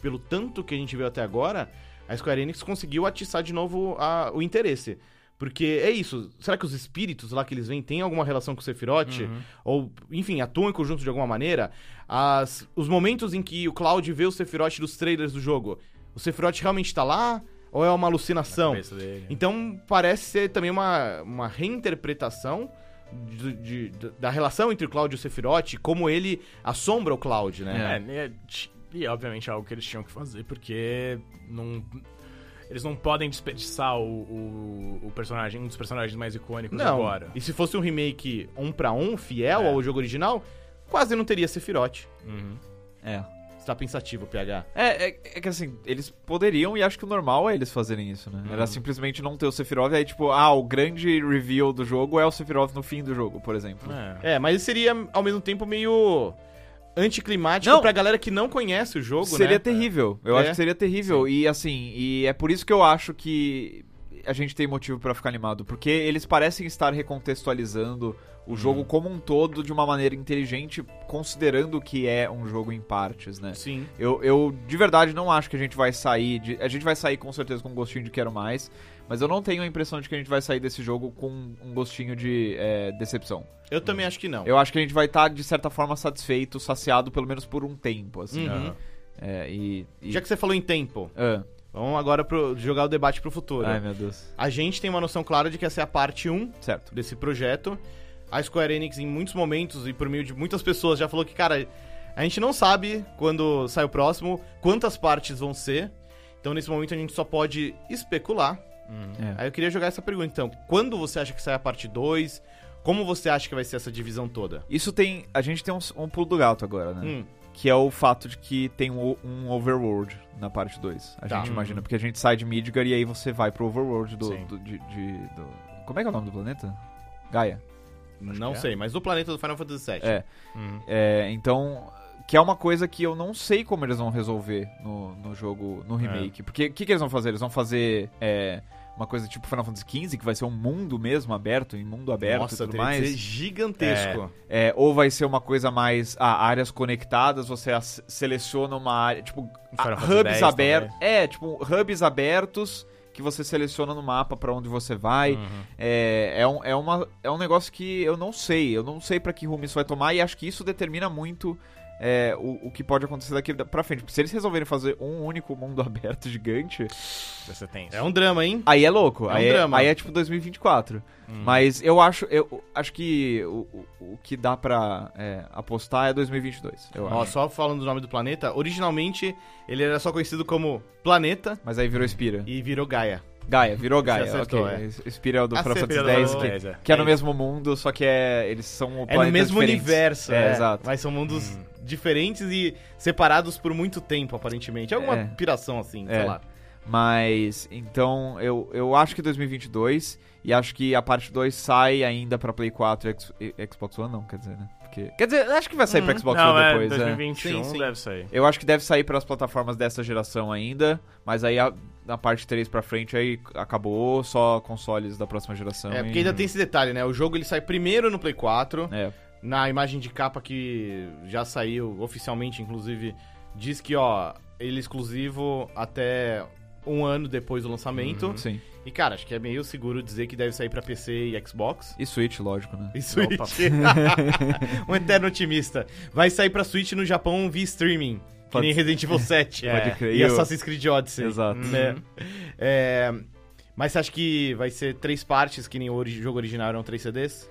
Speaker 1: pelo tanto que a gente viu até agora, a Square Enix conseguiu atiçar de novo a- o interesse. Porque é isso, será que os espíritos lá que eles vêm têm alguma relação com o Sephiroth? Ou, enfim, atuam em conjunto de alguma maneira? As, os momentos em que o Cloud vê o Sephiroth dos trailers do jogo, o Sephiroth realmente tá lá? Ou é uma alucinação?
Speaker 2: Cabeça dele.
Speaker 1: Então parece ser também uma, uma reinterpretação de- de- de- da relação entre o Cloud e o Sephiroth, como ele assombra o Cloud, né?
Speaker 2: É, né, t- e obviamente é algo que eles tinham que fazer, porque não, eles não podem desperdiçar o, o- o personagem, um dos personagens mais icônicos
Speaker 1: Não.
Speaker 2: agora.
Speaker 1: E se fosse um remake um pra um, fiel
Speaker 2: É.
Speaker 1: ao jogo original, quase não teria Sephiroth.
Speaker 2: Uhum.
Speaker 3: É.
Speaker 1: Você tá pensativo, PH.
Speaker 3: É, é, é que assim, eles poderiam e acho que o normal é eles fazerem isso, né?
Speaker 1: Uhum.
Speaker 3: Era simplesmente não ter o Sephiroth, aí tipo, ah, o grande reveal do jogo é o Sephiroth no fim do jogo, por exemplo.
Speaker 2: É.
Speaker 1: É, mas seria ao mesmo tempo meio anticlimático
Speaker 3: Não.
Speaker 1: pra galera que não conhece o jogo,
Speaker 3: seria
Speaker 1: né?
Speaker 3: terrível, eu
Speaker 1: É.
Speaker 3: acho que seria terrível. E assim, e é por isso que eu acho que a gente tem motivo pra ficar animado, porque eles parecem estar recontextualizando o jogo
Speaker 1: Uhum.
Speaker 3: como um todo de uma maneira inteligente, considerando que é um jogo em partes, né?
Speaker 1: Sim.
Speaker 3: Eu, eu de verdade não acho que a gente vai sair. de- a gente vai sair com certeza com um gostinho de quero mais. Mas eu não tenho a impressão de que a gente vai sair desse jogo com um gostinho de é, decepção.
Speaker 1: Eu também acho que não.
Speaker 3: Eu acho que a gente vai estar, de certa forma, satisfeito, saciado, pelo menos por um tempo, assim.
Speaker 1: Uhum.
Speaker 3: É, e. e-
Speaker 1: Já que você falou em tempo,
Speaker 3: Ah,
Speaker 1: vamos agora pro, jogar o debate pro futuro.
Speaker 3: ai, meu Deus.
Speaker 1: A gente tem uma noção clara de que essa é a parte 1
Speaker 3: Certo.
Speaker 1: desse projeto. A Square Enix, em muitos momentos e por meio de muitas pessoas, já falou que, cara, a gente não sabe quando sai o próximo, quantas partes vão ser. Então, nesse momento, a gente só pode especular.
Speaker 3: É.
Speaker 1: Aí eu queria jogar essa pergunta, então. Quando você acha que sai a parte 2? Como você acha que vai ser essa divisão toda?
Speaker 3: Isso tem. A gente tem um, s- um pulo do gato agora, né?
Speaker 1: Hum,
Speaker 3: Que é o fato de que tem um, o- um overworld na parte 2. A
Speaker 1: Tá.
Speaker 3: gente imagina, porque a gente sai de Midgar e aí você vai pro overworld do.
Speaker 2: Sim.
Speaker 3: do- de, de- do- como é que é o nome do planeta? Gaia.
Speaker 1: não
Speaker 2: que é.
Speaker 1: sei, mas do planeta do Final Fantasy VII.
Speaker 3: É.
Speaker 2: Uhum.
Speaker 3: É, então, que é uma coisa que eu não sei como eles vão resolver no, no jogo,
Speaker 1: É.
Speaker 3: no remake. Porque o que, que eles vão fazer? Eles vão fazer é, uma coisa tipo Final Fantasy XV, que vai ser um mundo mesmo aberto, em mundo aberto
Speaker 1: Nossa,
Speaker 3: e tudo
Speaker 1: teria que ser
Speaker 3: mais.
Speaker 1: gigantesco.
Speaker 3: É, ou vai ser uma coisa mais ah, áreas conectadas, você as- seleciona uma área, tipo,
Speaker 1: É,
Speaker 2: Final
Speaker 3: a-
Speaker 2: Fantasy
Speaker 3: hubs
Speaker 2: X
Speaker 3: abertos. É, tipo, hubs abertos que você seleciona no mapa pra onde você vai.
Speaker 1: Uhum.
Speaker 3: É, é, um, é, uma, é um negócio que eu não sei. Eu não sei pra que rumo isso vai tomar e acho que isso determina muito é, o, o que pode acontecer daqui pra frente. Porque se eles resolverem fazer um único mundo aberto gigante,
Speaker 2: Você tem
Speaker 1: É um drama, hein?
Speaker 3: aí é louco.
Speaker 1: É um
Speaker 3: aí,
Speaker 1: drama. Uhum.
Speaker 3: É, aí é tipo 2024. Mas eu acho, eu acho que o, o- o que dá pra é, apostar é 2022. Eu
Speaker 1: Ó,
Speaker 3: acho.
Speaker 1: só falando do nome do planeta, originalmente ele era só conhecido como Planeta
Speaker 3: Mas aí virou Espira.
Speaker 1: e virou Gaia.
Speaker 3: Gaia, virou Gaia.
Speaker 1: acertou,
Speaker 3: ok.
Speaker 1: é.
Speaker 3: Espira é o do Final
Speaker 1: Acertou. Filha
Speaker 3: Fantasy X,
Speaker 1: da-
Speaker 3: que,
Speaker 2: é, é.
Speaker 3: que é no mesmo mundo, só que é, eles são
Speaker 1: É no
Speaker 3: planetas
Speaker 1: mesmo
Speaker 3: diferentes.
Speaker 1: universo,
Speaker 3: É,
Speaker 1: é,
Speaker 3: exato. Hum.
Speaker 1: Mas são mundos diferentes e separados por muito tempo, aparentemente. É alguma
Speaker 3: É.
Speaker 1: piração assim,
Speaker 3: É.
Speaker 1: sei lá.
Speaker 3: Mas, então, eu, eu acho que 2022. E acho que a parte 2 sai ainda pra Play 4 e X- e Xbox One, não, quer dizer, né? Porque, quer dizer, acho que vai sair
Speaker 1: Hum.
Speaker 3: pra Xbox
Speaker 2: Não,
Speaker 3: One
Speaker 2: é,
Speaker 3: depois, né?
Speaker 2: 2021
Speaker 1: Sim, sim.
Speaker 2: deve sair.
Speaker 3: Eu acho que deve sair pras plataformas dessa geração ainda, mas aí a, na parte 3 pra frente aí acabou só consoles da próxima geração.
Speaker 1: É,
Speaker 3: e-
Speaker 1: porque ainda tem esse detalhe, né? O jogo ele sai primeiro no Play 4,
Speaker 3: É,
Speaker 1: na imagem de capa que já saiu oficialmente, inclusive, diz que, ó, ele é exclusivo até um ano depois do lançamento.
Speaker 3: sim.
Speaker 1: E, cara, acho que é meio seguro dizer que deve sair pra PC e Xbox.
Speaker 3: E Switch, lógico, né?
Speaker 1: E Switch. um eterno otimista. Vai sair pra Switch no Japão via streaming. Que
Speaker 3: Pode
Speaker 1: nem
Speaker 3: ser.
Speaker 1: Resident Evil 7.
Speaker 3: Pode
Speaker 1: é,
Speaker 3: crer.
Speaker 1: E
Speaker 3: Eu-
Speaker 1: Assassin's Creed Odyssey.
Speaker 3: Exato.
Speaker 1: né? É, mas você acha que vai ser três partes, que nem o ori- jogo original eram três CDs?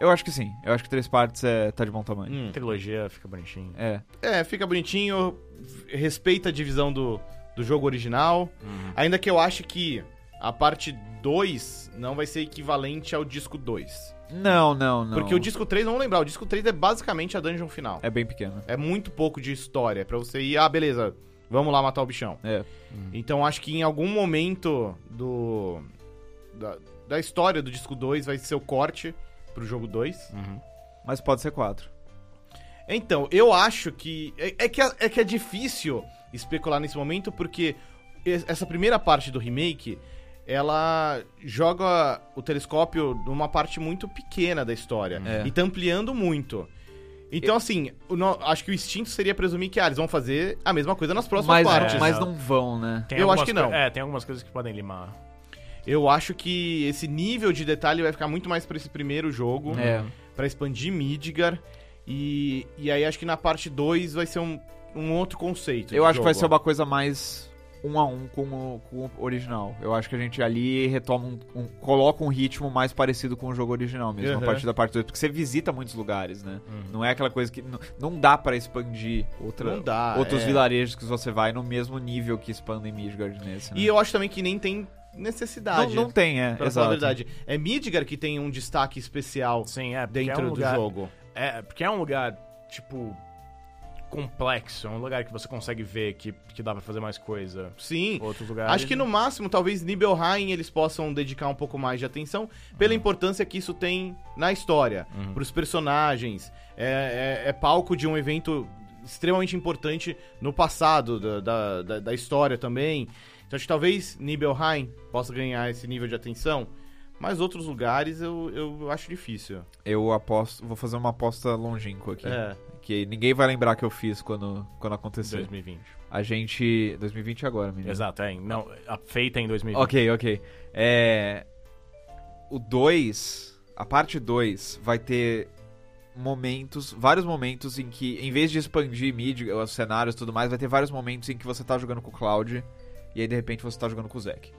Speaker 3: Eu acho que sim. Eu acho que três partes é, tá de bom tamanho.
Speaker 1: Hum.
Speaker 2: Trilogia fica bonitinho.
Speaker 3: É.
Speaker 1: É, fica bonitinho, f- respeita a divisão do, do jogo original.
Speaker 3: Uhum.
Speaker 1: Ainda que eu acho que a parte 2 não vai ser equivalente ao disco 2.
Speaker 3: Não, não, não.
Speaker 1: Porque o disco 3, vamos lembrar, o disco 3 é basicamente a dungeon final.
Speaker 3: É bem pequeno.
Speaker 1: É, muito pouco de história pra você ir, ah, beleza, vamos lá matar o bichão.
Speaker 3: É.
Speaker 1: Então acho que em algum momento do da, da história do disco 2 vai ser o corte pro jogo 2.
Speaker 2: Uhum.
Speaker 3: Mas pode ser quatro.
Speaker 1: Então, eu acho que. É, é que é, é que é difícil especular nesse momento, porque es- essa primeira parte do remake ela joga o telescópio numa parte muito pequena da história
Speaker 3: É.
Speaker 1: e tá ampliando muito. Então, assim, o no- acho que o instinto seria presumir que ah, eles vão fazer a mesma coisa nas próximas
Speaker 3: mas,
Speaker 1: partes.
Speaker 2: é,
Speaker 3: mas não vão, né?
Speaker 2: Tem
Speaker 1: Eu acho
Speaker 2: algumas
Speaker 1: que não.
Speaker 2: coi- É, tem algumas coisas que podem limar.
Speaker 1: Eu acho que esse nível de detalhe vai ficar muito mais pra esse primeiro jogo.
Speaker 3: É.
Speaker 1: Pra expandir Midgar. E, e aí acho que na parte 2 vai ser um, um outro conceito.
Speaker 3: Eu
Speaker 1: de
Speaker 3: acho que vai
Speaker 1: jogo.
Speaker 3: ser uma coisa mais um a um com o, com o original. Eu acho que a gente ali retoma um, um- coloca um ritmo mais parecido com o jogo original mesmo,
Speaker 1: Uhum.
Speaker 3: a partir da parte 2, porque você visita muitos lugares, né?
Speaker 2: Uhum.
Speaker 3: Não é aquela coisa que não, não dá pra expandir outra
Speaker 1: Não dá,
Speaker 3: outros
Speaker 1: é.
Speaker 3: vilarejos que você vai no mesmo nível que expandem Midgard nesse, né?
Speaker 1: E eu acho também que nem tem
Speaker 3: não,
Speaker 1: necessidade.
Speaker 3: não tem, é,
Speaker 1: pra falar a
Speaker 3: exato.
Speaker 1: verdade. É Midgar que tem um destaque especial
Speaker 2: Sim, é. porque
Speaker 1: dentro
Speaker 2: é um
Speaker 1: do
Speaker 2: lugar,
Speaker 1: jogo.
Speaker 2: É, porque é um lugar, tipo, complexo. É um lugar que você consegue ver que, que dá pra fazer mais coisa.
Speaker 1: Sim.
Speaker 2: Outros lugares...
Speaker 1: Acho que no máximo, talvez Nibelheim eles possam dedicar um pouco mais de atenção pela importância que isso tem na história, pros personagens. É, é- é palco de um evento extremamente importante no passado da, da, da- da história também. Então acho que talvez Nibelheim possa ganhar esse nível de atenção, mas outros lugares eu, eu acho difícil.
Speaker 3: Eu aposto, vou fazer uma aposta longínqua aqui,
Speaker 1: É.
Speaker 3: que ninguém vai lembrar que eu fiz quando quando aconteceu.
Speaker 2: 2020.
Speaker 3: A gente 2020 agora, menino.
Speaker 2: Exato, é. em- Não, a feita em 2020.
Speaker 3: Ok, ok. É, O 2, a parte 2, vai ter momentos, vários momentos em que, em vez de expandir mídia, os cenários e tudo mais, vai ter vários momentos em que você tá jogando com o Cloud e aí de repente você tá jogando com o Zack.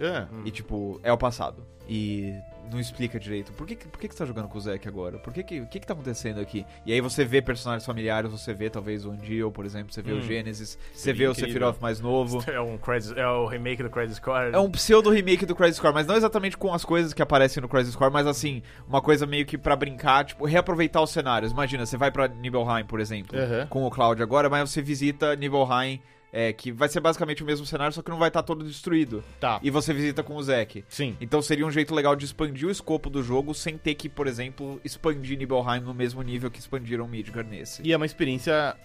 Speaker 1: É.
Speaker 3: E tipo, é o passado. E não explica direito. Por que, que- por que, que você tá jogando com o Zack agora? Por que que, o que que tá acontecendo aqui? E aí você vê personagens familiares, você vê talvez o Undeal, por exemplo, você vê
Speaker 1: Hum.
Speaker 3: o Genesis, você
Speaker 1: Seria
Speaker 3: vê o
Speaker 1: incrível.
Speaker 3: Sephiroth mais novo.
Speaker 2: É, um Crisis- é o remake do Crisis Core.
Speaker 3: É um pseudo remake do Crisis Core, mas não exatamente com as coisas que aparecem no Crisis Core, mas assim, uma coisa meio que pra brincar, tipo, reaproveitar os cenários. Imagina, você vai pra Nibelheim, por exemplo,
Speaker 1: Uhum.
Speaker 3: com o Cloud agora, mas você visita Nibelheim, é, que vai ser basicamente o mesmo cenário, só que não vai estar todo destruído.
Speaker 1: Tá.
Speaker 3: E você visita com o Zack.
Speaker 1: Sim.
Speaker 3: Então seria um jeito legal de expandir o escopo do jogo sem ter que, por exemplo, expandir Nibelheim no mesmo nível que expandiram Midgard nesse.
Speaker 1: E é uma experiência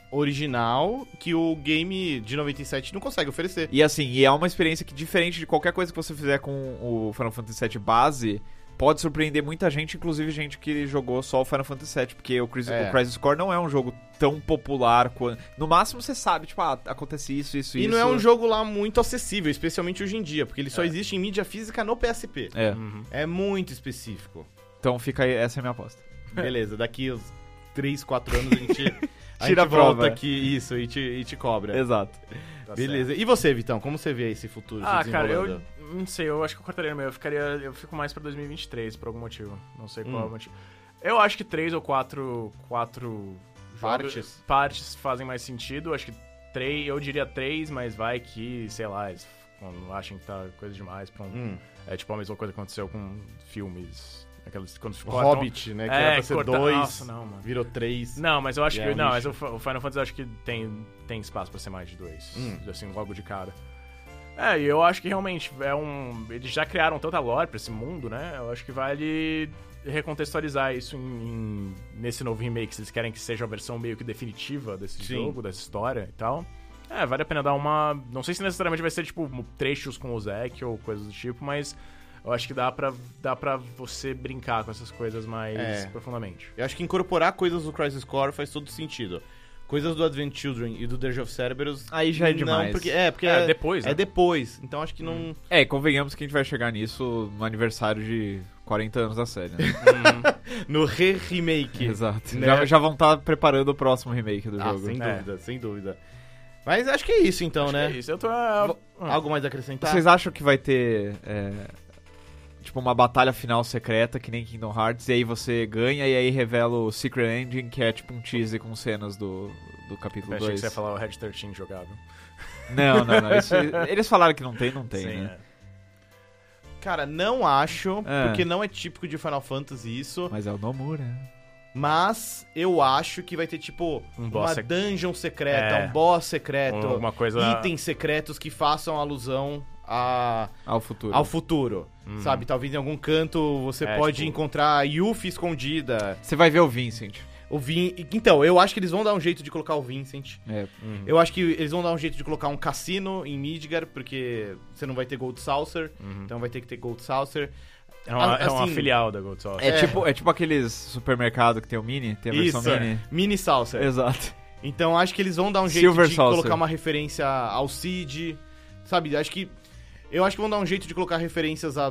Speaker 1: original que o game de 97 não consegue oferecer.
Speaker 3: E assim, e é uma experiência que, diferente de qualquer coisa que você fizer com o Final Fantasy VII base, pode surpreender muita gente, inclusive gente que jogou só o Final Fantasy VII, porque o Crisis,
Speaker 1: É.
Speaker 3: o Crisis Core não é um jogo tão popular. quanto- No máximo você sabe, tipo, ah, acontece isso, isso,
Speaker 1: E
Speaker 3: isso.
Speaker 1: não é um jogo lá muito acessível, especialmente hoje em dia, porque ele só existe em mídia física no PSP.
Speaker 3: É,
Speaker 2: Uhum.
Speaker 1: É muito específico.
Speaker 3: então fica aí, essa é a minha aposta.
Speaker 1: Beleza, daqui uns 3, 4 anos a gente, a
Speaker 3: Tira
Speaker 1: gente
Speaker 3: a prova.
Speaker 1: volta aqui isso e te, e te cobra.
Speaker 3: Exato.
Speaker 2: Tá
Speaker 1: Beleza. E você, Vitão, como você vê esse futuro
Speaker 2: Ah,
Speaker 1: se
Speaker 2: cara, eu
Speaker 1: desenrolando?
Speaker 2: não sei, eu acho que eu cortaria no meio. Eu, ficaria, eu fico mais pra 2023, por algum motivo. Não sei qual
Speaker 1: Hum.
Speaker 2: é o motivo. Eu acho que três ou quatro, quatro jogos-
Speaker 1: Partes?
Speaker 2: partes fazem mais sentido. Acho que três, eu diria três, mas vai que, sei lá, eles quando acham que tá coisa demais pra um.
Speaker 1: Hum,
Speaker 2: É tipo a mesma coisa que aconteceu com filmes. Aquelas, quando
Speaker 1: o
Speaker 2: ficou
Speaker 1: Hobbit, né? Que era pra ser dois,
Speaker 2: um- É, Nossa, não, mano.
Speaker 1: virou três.
Speaker 2: Não, mas eu acho
Speaker 1: É
Speaker 2: que.
Speaker 1: um
Speaker 2: não,
Speaker 1: nicho.
Speaker 2: mas o Fi- o Final Fantasy eu acho que tem, tem espaço pra ser mais de dois.
Speaker 1: Hum.
Speaker 2: Assim, logo de cara. É, e eu acho que realmente é um. Eles já criaram tanta lore pra esse mundo, né? Eu acho que vale recontextualizar isso em- em- nesse novo remake. Se eles querem que seja a versão meio que definitiva desse
Speaker 1: Sim.
Speaker 2: jogo, dessa história e tal. É, vale a pena dar uma. Não sei se necessariamente vai ser, tipo, trechos com o Zack ou coisas do tipo, mas eu acho que dá pra, dá pra você brincar com essas coisas mais
Speaker 1: É.
Speaker 2: profundamente.
Speaker 1: Eu acho que incorporar coisas do Crisis Core faz todo sentido. Coisas do Advent Children e do Dirge of Cerberus.
Speaker 3: Aí já é
Speaker 1: Não,
Speaker 3: demais.
Speaker 1: porque, é, porque
Speaker 2: É, depois,
Speaker 1: É
Speaker 2: né? Hum.
Speaker 1: depois. Então acho que não.
Speaker 3: É, e convenhamos que a gente vai chegar nisso no aniversário de 40 anos da série, né?
Speaker 1: No re-remake.
Speaker 3: Exato.
Speaker 1: Né?
Speaker 3: Já, já vão estar preparando o próximo remake do
Speaker 1: Ah,
Speaker 3: jogo.
Speaker 1: sem
Speaker 2: É.
Speaker 1: dúvida, sem dúvida. Mas acho que é isso Ah. então,
Speaker 2: Acho
Speaker 1: né?
Speaker 2: que é isso. Eu tô.
Speaker 1: Algo mais a acrescentar?
Speaker 3: Vocês acham que vai ter. é, tipo, uma batalha final secreta, que nem Kingdom Hearts, e aí você ganha e aí revela o Secret Ending, que é tipo um teaser com cenas do, do
Speaker 2: Eu
Speaker 3: capítulo
Speaker 2: achei que
Speaker 3: 2.
Speaker 2: você ia falar o Red 13 jogável.
Speaker 3: Não, não, não. isso- eles falaram que não tem, não tem,
Speaker 2: Sim, é.
Speaker 3: né?
Speaker 1: Cara, não acho,
Speaker 3: É.
Speaker 1: porque não é típico de Final Fantasy isso,
Speaker 3: Mas é o Nomura.
Speaker 1: mas eu acho que vai ter tipo
Speaker 2: Um boss
Speaker 1: uma
Speaker 2: sec-
Speaker 1: dungeon secreta,
Speaker 2: É.
Speaker 1: um boss
Speaker 2: é.
Speaker 1: secreto,
Speaker 2: Alguma coisa.
Speaker 1: itens secretos que façam alusão a,
Speaker 3: Ao É futuro.
Speaker 1: ao futuro. Sabe, talvez em algum canto você
Speaker 2: É,
Speaker 1: pode
Speaker 2: tipo-
Speaker 1: encontrar a Yuffie escondida.
Speaker 3: Você vai ver o Vincent.
Speaker 1: O Vin... Então, eu acho que eles vão dar um jeito de colocar o Vincent.
Speaker 3: É.
Speaker 2: Uhum.
Speaker 1: Eu acho que eles vão dar um jeito de colocar um cassino em Midgar, porque você não vai ter Gold Saucer,
Speaker 2: Uhum.
Speaker 1: então vai ter que ter Gold Saucer.
Speaker 2: É uma, é uma
Speaker 1: Assim-
Speaker 2: filial da Gold Sauce.
Speaker 3: É, Tipo, é tipo aqueles supermercado que tem o Mini, tem a versão
Speaker 1: Isso, é.
Speaker 3: Mini.
Speaker 1: Mini Saucer.
Speaker 3: Exato.
Speaker 1: Então acho que eles vão dar um jeito
Speaker 3: Silver
Speaker 1: de
Speaker 3: Saucer.
Speaker 1: colocar uma referência ao Cid, sabe? Acho que eu acho que vão dar um jeito de colocar referências a,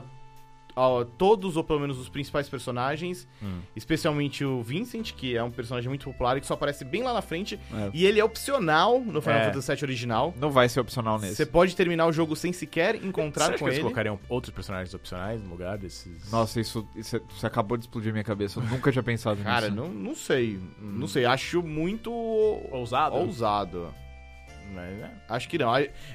Speaker 1: a todos ou pelo menos os principais personagens,
Speaker 2: Hum.
Speaker 1: especialmente o Vincent, que é um personagem muito popular e que só aparece bem lá na frente,
Speaker 3: É.
Speaker 1: e ele é opcional no Final
Speaker 2: É.
Speaker 1: Fantasy VII original.
Speaker 3: Não vai ser opcional nesse.
Speaker 1: Você pode terminar o jogo sem sequer
Speaker 2: Você
Speaker 1: encontrar
Speaker 2: acha
Speaker 1: com
Speaker 2: que eles
Speaker 1: ele.
Speaker 2: colocariam outros personagens opcionais no lugar desses?
Speaker 3: Nossa, isso, isso, isso acabou de explodir minha cabeça. Eu nunca tinha pensado nisso.
Speaker 1: Cara, não, não sei. Não sei. Acho muito
Speaker 2: Ousado?
Speaker 1: ousado.
Speaker 2: Mas, é.
Speaker 1: Acho que não.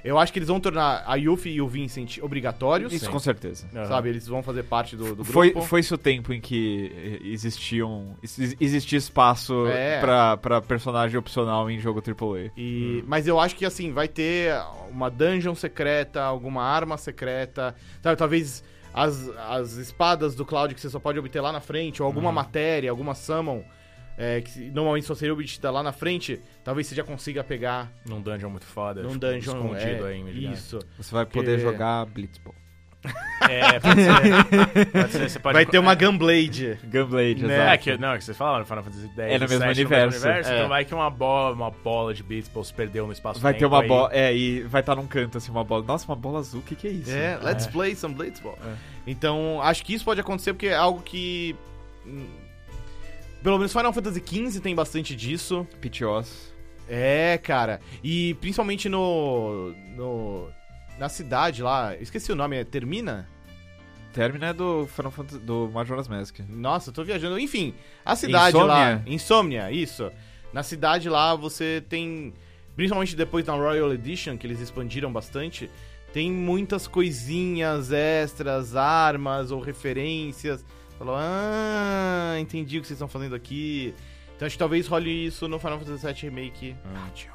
Speaker 1: Eu acho que eles vão tornar a Yuffie e o Vincent obrigatórios.
Speaker 3: Isso com certeza.
Speaker 2: Aham.
Speaker 1: Sabe, eles vão fazer parte do, do grupo.
Speaker 3: Foi, foi-se o tempo em que eh, existiam, ex- existia espaço
Speaker 1: É.
Speaker 3: pra, pra personagem opcional em jogo AAA.
Speaker 1: E- Mas eu acho que, assim, vai ter uma dungeon secreta, alguma arma secreta, sabe? Talvez as, as espadas do Cloud que você só pode obter lá na frente, ou alguma matéria, alguma summon, é, que se- normalmente só seria obtida lá na frente, talvez você já consiga pegar
Speaker 2: Num dungeon muito foda.
Speaker 1: num
Speaker 2: tipo,
Speaker 1: dungeon.
Speaker 2: Escondido
Speaker 1: é,
Speaker 2: aí em Midgar.
Speaker 1: Isso.
Speaker 3: Você vai
Speaker 1: Porque-
Speaker 3: poder jogar Blitzball.
Speaker 2: É, pode ser. Pode ser, você pode...
Speaker 1: Vai
Speaker 3: um
Speaker 1: ter uma Gunblade.
Speaker 3: Gunblade,
Speaker 1: Né?
Speaker 2: É,
Speaker 3: exato.
Speaker 2: que, não, é que você fala no Final Fantasy X.
Speaker 3: É no mesmo
Speaker 2: 7,
Speaker 3: universo.
Speaker 1: É.
Speaker 2: Então vai que uma bola, uma bola de Beatball se perdeu no espaço
Speaker 3: Vai ter uma bola. É, e vai estar num canto assim, uma bola. Nossa, uma bola azul, o que, que é isso?
Speaker 1: É, let's play some Blitzball. Então, acho que isso pode acontecer porque é algo que. hum, Pelo menos Final Fantasy XV tem bastante disso.
Speaker 3: Pitios.
Speaker 1: É, cara. E principalmente no. no na cidade lá. eu Esqueci o nome, é Termina?
Speaker 3: Termina é do Final Fantasy, do Majora's Mask.
Speaker 1: Nossa, eu tô viajando. Enfim, a cidade lá. Insônia, isso. Na cidade lá você tem. Principalmente depois da Royal Edition, que eles expandiram bastante. Tem muitas coisinhas extras, armas ou referências. Falou, ah, entendi o que vocês estão fazendo aqui. Então acho que talvez role isso no Final Fantasy VII Remake. Ah, tio.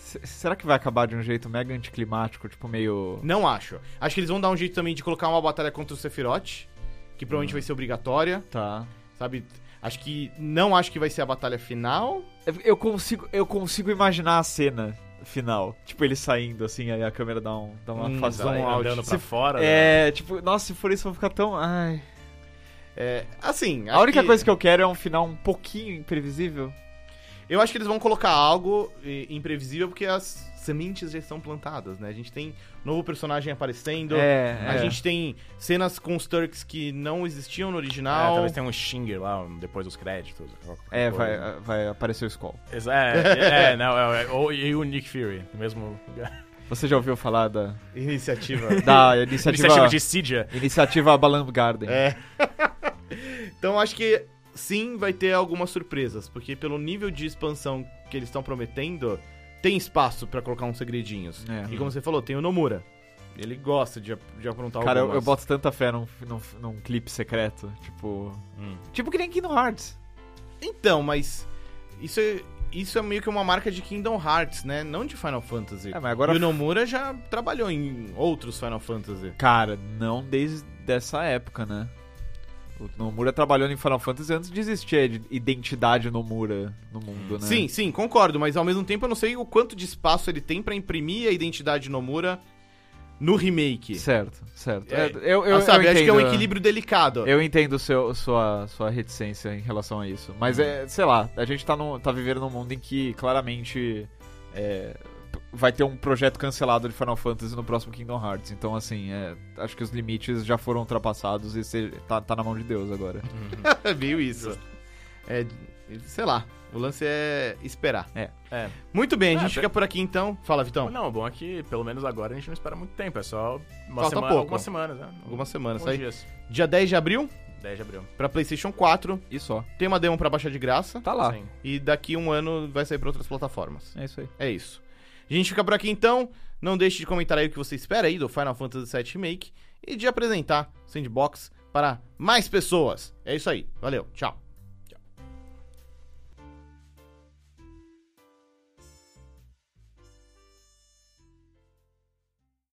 Speaker 3: S- Será que vai acabar de um jeito mega anticlimático, tipo meio.
Speaker 1: Não acho. Acho que eles vão dar um jeito também de colocar uma batalha contra o Sephiroth, que provavelmente vai ser obrigatória,
Speaker 3: Tá.
Speaker 1: sabe? Acho que não acho que vai ser a batalha final.
Speaker 3: Eu consigo, eu consigo imaginar a cena final. Tipo, ele saindo assim, aí a câmera dá, um, dá uma
Speaker 1: Hum,
Speaker 3: fazão
Speaker 1: vai,
Speaker 3: out.
Speaker 2: andando
Speaker 3: Se-
Speaker 2: pra fora. né?
Speaker 3: É, tipo, nossa, se for isso, eu vou ficar tão. Ai.
Speaker 1: É, assim,
Speaker 3: A única coisa que eu quero é um final um pouquinho imprevisível.
Speaker 1: eu acho que eles vão colocar algo eh, imprevisível porque as sementes já estão plantadas, né? A gente tem novo personagem aparecendo.
Speaker 3: É,
Speaker 1: A
Speaker 3: é.
Speaker 1: gente tem cenas com os Turks que não existiam no
Speaker 2: É,
Speaker 1: original.
Speaker 2: talvez tenha um Stinger lá um- depois dos créditos. qualquer
Speaker 3: É,
Speaker 2: coisa.
Speaker 3: vai, vai aparecer o Skull.
Speaker 2: Exa- É, é, não, é, é, ou, e o Nick Fury, no mesmo lugar.
Speaker 3: Você já ouviu falar da,
Speaker 1: Iniciativa.
Speaker 3: da iniciativa.
Speaker 2: Iniciativa de Cydia.
Speaker 3: Iniciativa Balan Garden.
Speaker 1: É. então acho que sim vai ter algumas surpresas, porque pelo nível de expansão que eles estão prometendo, tem espaço pra colocar uns segredinhos.
Speaker 3: É.
Speaker 1: E como você falou, tem o Nomura. Ele gosta de, ap- de aprontar
Speaker 3: Cara, eu,
Speaker 1: algumas.
Speaker 3: eu boto tanta fé num, num, num clipe secreto. Tipo.
Speaker 2: Hum.
Speaker 3: Tipo que nem Kingdom Hearts.
Speaker 1: Então, mas isso é- isso é meio que uma marca de Kingdom Hearts, né? Não de Final Fantasy.
Speaker 3: É, mas agora.
Speaker 1: E o Nomura já trabalhou em outros Final Fantasy. né?
Speaker 3: Cara, não desde dessa época, né? O Nomura trabalhou em Final Fantasy antes de existir a id- identidade Nomura no mundo, né?
Speaker 1: Sim, sim, concordo, mas ao mesmo tempo eu não sei o quanto de espaço ele tem pra imprimir a identidade de Nomura no remake.
Speaker 3: Certo, certo.
Speaker 1: É,
Speaker 3: É, eu, eu,
Speaker 1: Ah, sabe,
Speaker 3: eu
Speaker 1: acho que é um
Speaker 3: entendo.
Speaker 1: equilíbrio delicado.
Speaker 3: Eu entendo o seu, sua, sua reticência em relação a isso.
Speaker 1: Hum.
Speaker 3: Mas é, sei lá, a gente tá, no, tá vivendo num mundo em que claramente é, p- vai ter um projeto cancelado de Final Fantasy no próximo Kingdom Hearts. Então, assim, é, acho que os limites já foram ultrapassados e cê- tá, tá na mão de Deus agora.
Speaker 1: Viu isso? É, sei lá, o lance é esperar.
Speaker 3: É.
Speaker 2: É.
Speaker 1: Muito bem, a
Speaker 2: É,
Speaker 1: gente
Speaker 2: pe-
Speaker 1: fica por aqui então. Fala, Vitão.
Speaker 2: Não, o bom é que pelo menos agora a gente não espera muito tempo, é só uma
Speaker 1: Falta
Speaker 2: semana,
Speaker 1: pouco.
Speaker 2: algumas semanas, né?
Speaker 1: Algumas semanas,
Speaker 2: Alguns
Speaker 1: sai.
Speaker 2: dias.
Speaker 1: Dia 10 de abril,
Speaker 2: 10 de abril.
Speaker 1: pra PlayStation 4.
Speaker 3: E só.
Speaker 1: Tem uma demo pra baixar de graça.
Speaker 3: Tá lá.
Speaker 2: Sim.
Speaker 1: E daqui um ano vai sair pra outras plataformas.
Speaker 3: É isso aí.
Speaker 1: É isso. A gente fica por aqui então. Não deixe de comentar aí o que você espera aí do Final Fantasy VII Remake e de apresentar Sandbox para mais pessoas. É isso aí. Valeu. Tchau.